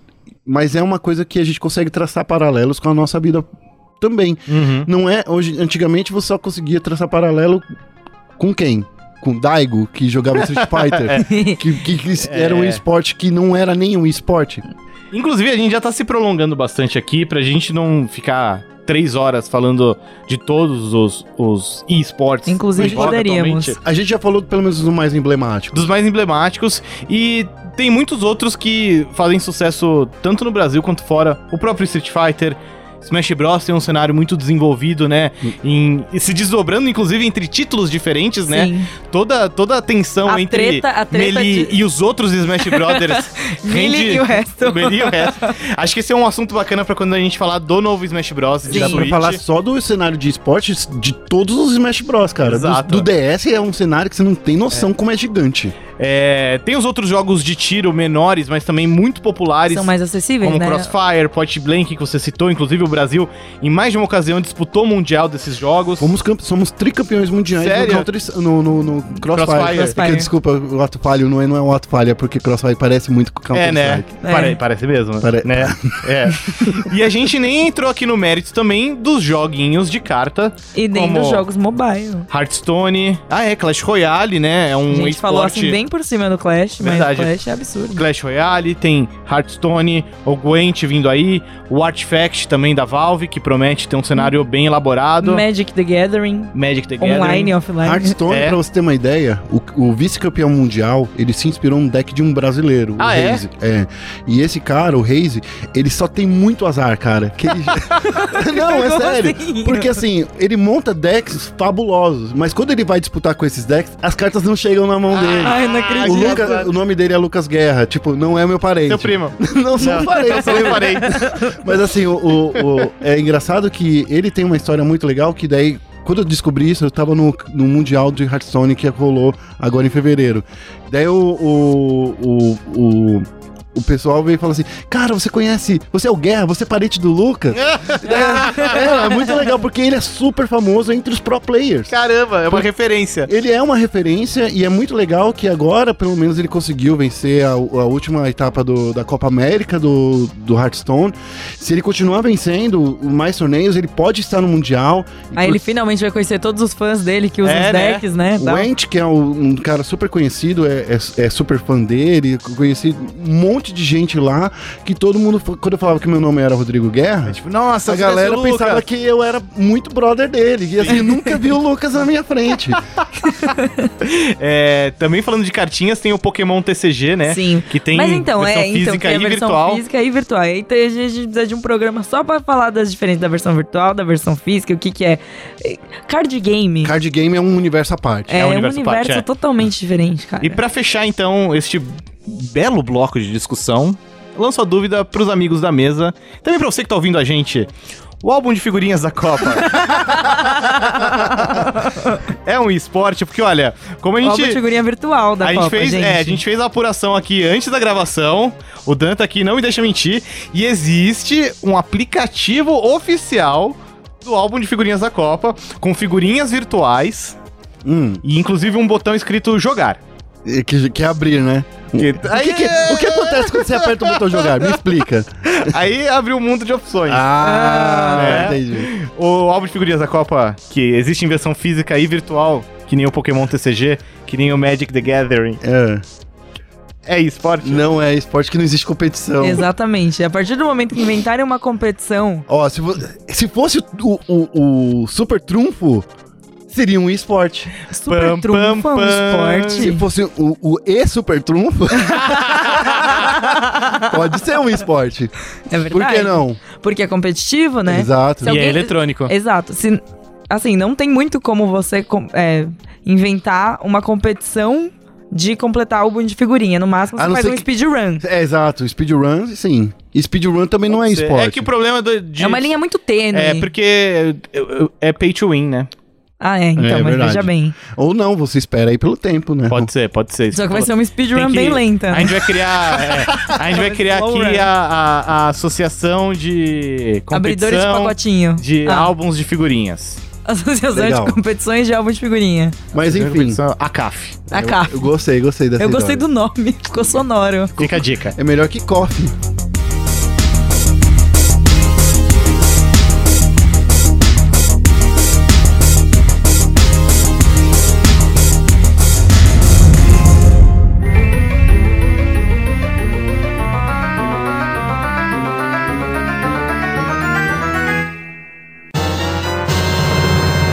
S2: mas é uma coisa que a gente consegue traçar paralelos com a nossa vida também.
S3: Uhum.
S2: Não é hoje, antigamente você só conseguia traçar paralelo com quem? Com Daigo, que jogava Street Fighter, que, que- que era um
S1: É.
S2: esporte que não era nenhum esporte.
S1: Inclusive, a gente já tá se prolongando bastante aqui pra gente não ficar três horas falando de todos os, os e-sports.
S3: Inclusive,
S1: em voga
S3: poderíamos.
S1: atualmente,
S2: A gente já falou pelo menos do mais emblemático.
S1: Dos mais emblemáticos. E tem muitos outros que fazem sucesso tanto no Brasil quanto fora. O próprio Street Fighter. Smash Bros. tem um cenário muito desenvolvido, né?
S2: Hum.
S1: Em, e se desdobrando, inclusive, entre títulos diferentes, né?
S3: Sim.
S1: Toda, toda a tensão
S3: A
S1: entre
S3: treta- a treta
S1: Melee
S3: de-
S1: e os outros Smash Brothers
S3: Melee
S1: rende
S3: e o resto.
S1: Melee e o resto. Acho que esse é um assunto bacana pra quando a gente falar do novo Smash Bros. de
S3: Sim.
S2: Dá pra
S1: Switch.
S2: falar só do cenário de esportes de todos os Smash Bros, cara. Do,
S1: Exato.
S2: do DS é um cenário que você não tem noção como é gigante.
S1: É, tem os outros jogos de tiro menores, mas também muito populares.
S3: São mais acessíveis,
S1: como
S3: né?
S1: Crossfire, Point Blank, que você citou, inclusive o Brasil, em mais de uma ocasião disputou o Mundial desses jogos.
S2: Fomos campe- somos tricampeões mundiais
S1: Sério?
S2: No, Counter- no, no- no Crossfire.
S1: Crossfire.
S2: É que, desculpa, o ato falho não é, não é um ato falho, é porque Crossfire parece muito com Counter
S1: É, né?
S2: Strike.
S3: É.
S1: Pare- parece mesmo.
S2: Pare-
S1: Né? É. e a gente nem entrou aqui no mérito também dos joguinhos de carta.
S3: E nem
S1: como
S3: dos jogos mobile.
S1: Hearthstone. Ah, é, Clash Royale, né? É um
S3: A gente falou
S1: esporte-
S3: assim bem por cima do Clash,
S1: Verdade.
S3: mas o Clash é absurdo.
S1: Clash Royale, tem Hearthstone, o Gwent vindo aí, o Artifact também da Valve, que promete ter um
S3: Hum.
S1: cenário bem elaborado.
S3: Magic the Gathering,
S1: Magic the Gathering.
S3: online e offline.
S2: Hearthstone,
S1: É.
S2: pra você ter uma ideia, o, o vice-campeão mundial, ele se inspirou num deck de um brasileiro, o
S1: Ah, é?
S2: Reise. É. E esse cara, o Reise, ele só tem muito azar, cara. Que ele- Não, é
S3: Como
S2: sério.
S3: assim?
S2: Porque assim, ele monta decks fabulosos, mas quando ele vai disputar com esses decks, as cartas não chegam na
S1: Ah,
S2: mão dele.
S3: Ai, não
S2: O,
S3: acredito.
S2: Lucas- o nome dele é Lucas Guerra, tipo, não é meu parente.
S1: Seu primo.
S2: Não sou parente.
S1: Seu parente.
S2: Mas assim, o, o- o- é engraçado que ele tem uma história muito legal que daí. Quando eu descobri isso, eu tava no, no Mundial de Hearthstone que rolou agora em fevereiro. Daí o, o, o, o, o pessoal vem e fala assim: Cara, você conhece, você é o Guerra, você é parente do Lucas.
S1: né?
S2: é, é muito legal, porque ele é super famoso entre os pro players.
S1: Caramba, é uma referência.
S2: Ele é uma referência e é muito legal que agora, pelo menos, ele conseguiu vencer a, a última etapa do- da Copa América do, do Hearthstone. Se ele continuar vencendo mais torneios, ele pode estar no Mundial.
S3: Aí ele finalmente vai conhecer todos os fãs dele que usam
S1: É,
S3: os
S1: né?
S3: decks, né?
S2: O
S3: tal.
S2: Ent, que é um, um cara super conhecido, é, é- é super fã dele, conheci um monte de gente lá, que todo mundo, fa- quando eu falava que meu nome era Rodrigo Guerra,
S1: Tipo, nossa,
S2: a
S1: você conhece
S2: galera
S1: o Lucas.
S2: pensava que eu era muito brother dele, e assim, eu nunca vi o Lucas na minha frente.
S1: É, também falando de cartinhas, tem o Pokémon TCG, né?
S3: Sim.
S1: Que tem
S3: Mas então,
S1: versão
S3: é, então,
S1: física
S3: tem a
S1: e
S3: versão
S1: virtual.
S3: física e virtual. Aí tem- a gente precisa de um programa só pra falar das diferenças da versão virtual, da versão física, o que que é. É, Card game.
S2: Card game é um universo à parte.
S3: é,
S1: é um
S3: um
S1: universo
S3: universo,
S1: à parte, é.
S3: totalmente diferente, cara.
S1: E pra fechar, então, este belo bloco de discussão, lanço a dúvida pros amigos da mesa, também pra você que tá ouvindo a gente. O álbum de figurinhas da Copa. é um esporte, porque olha, como a
S3: Logo
S1: gente.
S3: figurinha É virtual da
S1: a gente
S3: Copa,
S1: fez,
S3: gente.
S1: É, a gente fez a apuração aqui antes da gravação. O Dan tá aqui, não me deixa mentir. E existe um aplicativo oficial do álbum de figurinhas da Copa, com figurinhas virtuais
S2: Hum,
S1: e inclusive um botão escrito jogar.
S2: e que, que é abrir, né?
S1: Que-
S2: O que, é? que- o que acontece quando você aperta o botão jogar? Me explica.
S1: Aí abriu um mundo de opções.
S2: Ah,
S1: É.
S2: entendi.
S1: O álbum de figurinhas da Copa, que existe em versão física e virtual, que nem o Pokémon TCG, que nem o Magic the Gathering.
S2: É.
S1: É esporte?
S2: Não é esporte que não existe competição.
S1: um-
S3: Exatamente. A partir do momento que inventarem uma competição,
S2: Ó, se, vo- se fosse o, o- o super trunfo, seria um esporte.
S3: super
S1: Pam,
S3: trunfo
S1: pam, pam.
S3: é um
S2: Se
S3: esporte.
S2: fosse o, o e super trunfo, pode ser um esporte.
S3: É verdade.
S2: Por que não?
S3: Porque é competitivo, né?
S2: Exato.
S3: Se alguém-
S1: eletrônico.
S3: Exato. Se- assim, não tem muito como você com- é, inventar uma competição de completar álbum de figurinha. No máximo,
S2: A
S3: você
S2: não
S3: faz
S2: ser
S3: um
S2: que-
S3: speedrun.
S2: É, exato. Speedrun, sim. E Speedrun também não é esporte.
S1: É que o problema do- de.
S3: É uma linha muito tênue.
S1: É, porque é é pay to win, né?
S3: Ah, é, então,
S2: É,
S3: mas
S2: verdade.
S3: veja bem.
S2: Ou não, você espera aí pelo tempo, né?
S1: Pode ser, pode ser. Tipo,
S3: Só que vai ser uma
S1: Tem
S3: speedrun
S1: que-
S3: bem lenta.
S1: A gente vai criar, é, a gente vai criar
S3: Slow
S1: aqui
S3: run.
S1: a, a- a associação de
S3: Abridores de
S1: competição
S3: pacotinho.
S1: de
S3: Ah,
S1: álbuns de figurinhas.
S3: Associação
S2: Legal.
S3: de competições de álbum de figurinha.
S2: Mas enfim.
S1: Competição- A CAF.
S3: A
S2: eu-
S3: capa.
S2: Eu, gostei, gostei dessa
S3: Eu gostei
S2: história.
S3: do nome, ficou sonoro.
S1: Fica a dica.
S2: É melhor que coffee.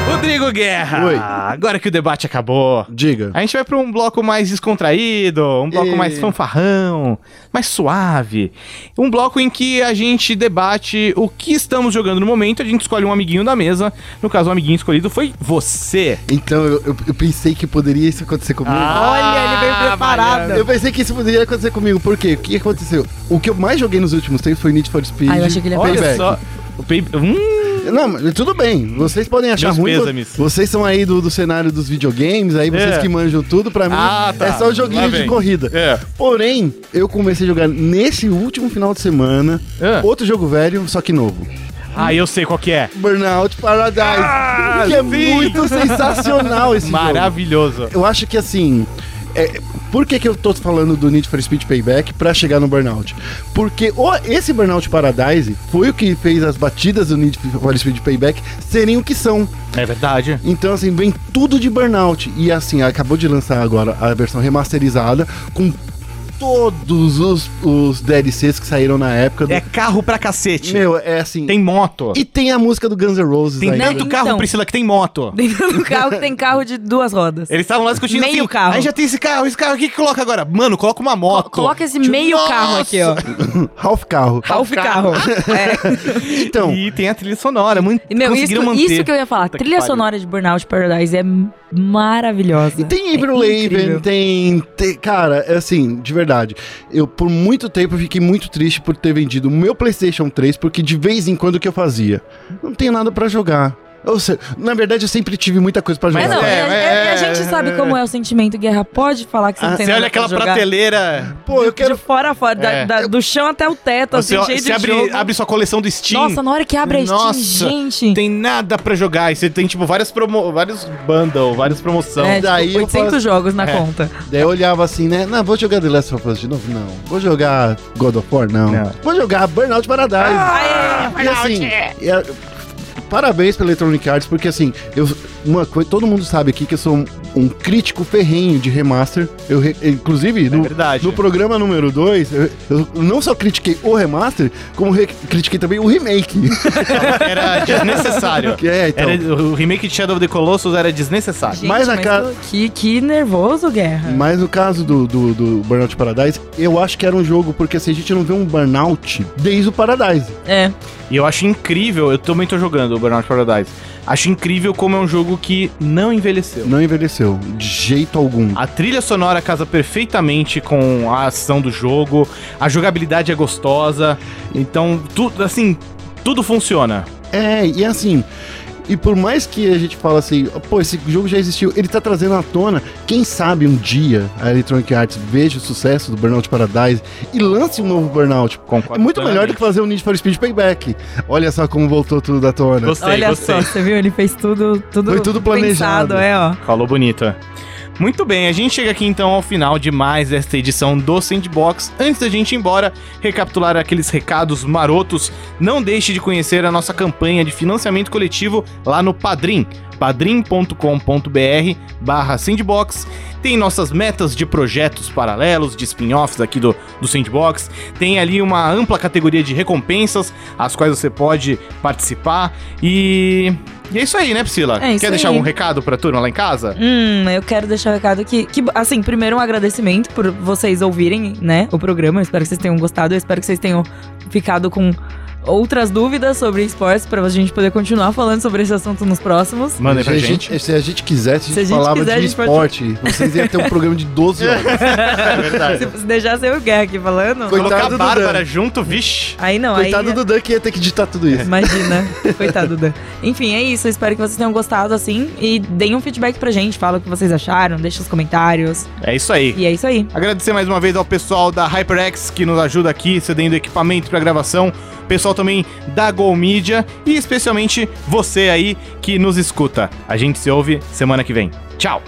S1: Rodrigo Guerra!
S2: Oi.
S1: Agora que o debate acabou,
S2: Diga.
S1: a gente vai pra um bloco mais descontraído, um bloco
S2: E-
S1: mais fanfarrão, mais suave. Um bloco em que a gente debate o que estamos jogando no momento, a gente escolhe um amiguinho da mesa. No caso, o amiguinho escolhido foi você.
S2: Então, eu, eu- eu pensei que poderia isso acontecer comigo.
S3: Ah. Olha, ele veio preparado.
S1: Ah, valeu.
S2: Eu pensei que isso poderia acontecer comigo, por quê? O que aconteceu? O que eu mais joguei nos últimos tempos foi Need for Speed.
S3: Ah, eu achei que ele ia
S1: Olha
S2: Payback.
S1: só. O pay... hum,
S2: Não, mas tudo bem. Vocês podem achar
S1: Meus
S2: ruim. vo-
S1: pêsames.
S2: Vocês são aí do, do cenário dos videogames, aí vocês
S1: É.
S2: que manjam tudo, pra mim
S1: Ah, tá.
S2: é só o
S1: Lá
S2: joguinho de
S1: vem.
S2: corrida.
S1: é.
S2: Porém, eu comecei a jogar nesse último final de semana
S1: Ah.
S2: outro jogo velho, só que novo.
S1: Ah, eu sei qual que é.
S2: Burnout Paradise.
S1: Ah,
S2: que
S1: sim.
S2: é muito sensacional esse jogo.
S1: Maravilhoso.
S2: Eu acho que assim. é, por que, que eu tô falando do Need for Speed Payback pra chegar no Burnout? Porque o- esse Burnout Paradise foi o que fez as batidas do Need for Speed Payback serem o que são.
S1: É verdade.
S2: Então, assim, vem tudo de Burnout. E assim, acabou de lançar agora a versão remasterizada com todos os, os DLCs que saíram na época. Do...
S1: É carro pra cacete.
S2: Meu, é assim.
S1: Tem moto.
S2: E tem a música do Guns N' Roses
S1: Tem
S2: ainda.
S1: tanto carro,
S3: Então.
S1: Priscila, que tem moto.
S3: Dentro do carro que tem carro de duas rodas.
S1: Eles estavam lá discutindo
S3: Meio
S1: assim,
S3: carro.
S1: Aí já tem esse carro, esse carro, o que que coloca agora? Mano, coloca uma moto.
S3: Coloca esse
S1: Tipo,
S3: meio
S1: nossa! Tá
S3: carro aqui, ó.
S2: Ralph Carro.
S3: Ralph carro. É.
S2: Então,
S1: E tem a trilha sonora, muito
S3: E, Meu, isso,
S1: conseguiram manter.
S3: isso que eu ia falar.
S1: Puta que
S3: trilha
S1: pariu.
S3: sonora de Burnout Paradise é maravilhosa.
S2: E tem
S3: É
S2: Avril Lavigne,
S3: incrível.
S2: tem, tem- Cara, é assim, de verdade. Eu, por muito tempo, eu fiquei muito triste por ter vendido o meu PlayStation 3, porque de vez em quando o que eu fazia? Não tenho nada pra jogar. Ou seja, na verdade, eu sempre tive muita coisa pra jogar.
S3: Mas não,
S1: É,
S3: e a,
S1: é,
S3: e a gente
S1: é,
S3: sabe
S1: é.
S3: como é o sentimento guerra. Pode falar que você
S1: Ah,
S3: não tem
S1: Você
S3: nada
S1: olha aquela
S3: pra jogar.
S1: prateleira.
S2: Pô, eu quero.
S3: De fora a fora, da-
S1: É.
S3: da- do chão até o teto,
S1: Você,
S3: assim, cheio de
S1: você abre,
S3: jogo.
S1: abre sua coleção do Steam.
S3: Nossa, na hora que abre a Steam,
S1: Nossa,
S3: gente.
S1: Tem nada pra jogar. E você tem, tipo, várias promo... vários bundle, várias promoção.
S3: É, tipo,
S2: daí eu
S3: 800
S2: faço-
S3: jogos na
S1: É.
S3: conta.
S2: Daí eu olhava assim, né? Não, vou jogar The Last of Us de novo? Não. Vou jogar God of War? Não.
S1: Não.
S2: Vou jogar Burnout Paradise.
S3: Aê!
S2: E assim, e a- parabéns pela Electronic Arts, porque assim, eu, uma coi- todo mundo sabe aqui que eu sou um, um crítico ferrenho de remaster. Eu, re- inclusive,
S1: É
S2: no,
S1: verdade.
S2: no programa número 2, eu, eu não só critiquei o remaster, como re- critiquei também o remake.
S1: Era desnecessário.
S2: Que é, então.
S1: Era, o remake de Shadow of the Colossus era desnecessário.
S3: Gente,
S2: Mas a cara-
S3: eu- que, que nervoso, Guerra.
S2: Mas no caso do, do, do Burnout Paradise, eu acho que era um jogo, porque assim, a gente não vê um Burnout desde o Paradise.
S3: É.
S1: E eu acho incrível, eu também tô jogando o Burnout Paradise. Acho incrível como é um jogo que não envelheceu.
S2: Não envelheceu, de jeito algum.
S1: A trilha sonora casa perfeitamente com a ação do jogo, a jogabilidade é gostosa, então tudo assim, tudo funciona.
S2: É, e assim. E por mais que a gente fala assim, pô, esse jogo já existiu, ele tá trazendo à tona. Quem sabe um dia a Electronic Arts veja o sucesso do Burnout Paradise e lance um novo Burnout. É
S1: Concordo
S2: muito melhor
S1: plenamente.
S2: do que fazer o Need for Speed Payback. Olha só como voltou tudo à tona.
S1: Gostei,
S3: Olha
S1: gostei.
S3: só, você viu? Ele fez tudo, tudo,
S2: Foi tudo planejado.
S3: pensado, é, ó.
S1: Falou bonita. Muito bem, a gente chega aqui então ao final de mais esta edição do Sandbox. Antes da gente ir embora, recapitular aqueles recados marotos, não deixe de conhecer a nossa campanha de financiamento coletivo lá no Padrim, padrim.com.br barra Sandbox. Tem nossas metas de projetos paralelos, de spin-offs aqui do, do Sandbox. Tem ali uma ampla categoria de recompensas, as quais você pode participar. E, e é isso aí, né, Priscila?
S3: É isso
S1: Quer deixar
S3: aí.
S1: algum recado pra turma lá em casa?
S3: Hum, eu quero deixar o recado que, que, assim, primeiro um agradecimento por vocês ouvirem, né, o programa. Eu espero que vocês tenham gostado, eu espero que vocês tenham ficado com outras dúvidas sobre esportes pra gente poder continuar falando sobre esse assunto nos próximos.
S1: Manda aí
S2: se,
S1: pra
S2: a
S1: gente.
S2: gente, se a gente quisesse, a
S3: Se a
S2: gente
S3: gente
S2: falava
S3: quiser, a
S2: de
S3: gente pode-
S2: esporte. Vocês iam ter um programa de 12 horas.
S1: É verdade.
S3: Se, se deixar ser o Guerra aqui falando,
S2: Coitado
S1: Colocar a
S2: do
S1: Bárbara junto, vixe.
S3: aí é. não,
S2: Coitado
S3: aí...
S2: do Dan que ia ter que editar tudo isso.
S3: Imagina. Coitado da. Enfim, é isso. Eu espero que vocês tenham gostado, assim. E deem um feedback pra gente. Fala o que vocês acharam, deixa os comentários.
S1: É isso aí.
S3: E é isso aí.
S1: Agradecer mais uma vez ao pessoal da HyperX que nos ajuda aqui, cedendo equipamento para gravação. Pessoal também da Go Media e especialmente você aí que nos escuta. A gente se ouve semana que vem. Tchau!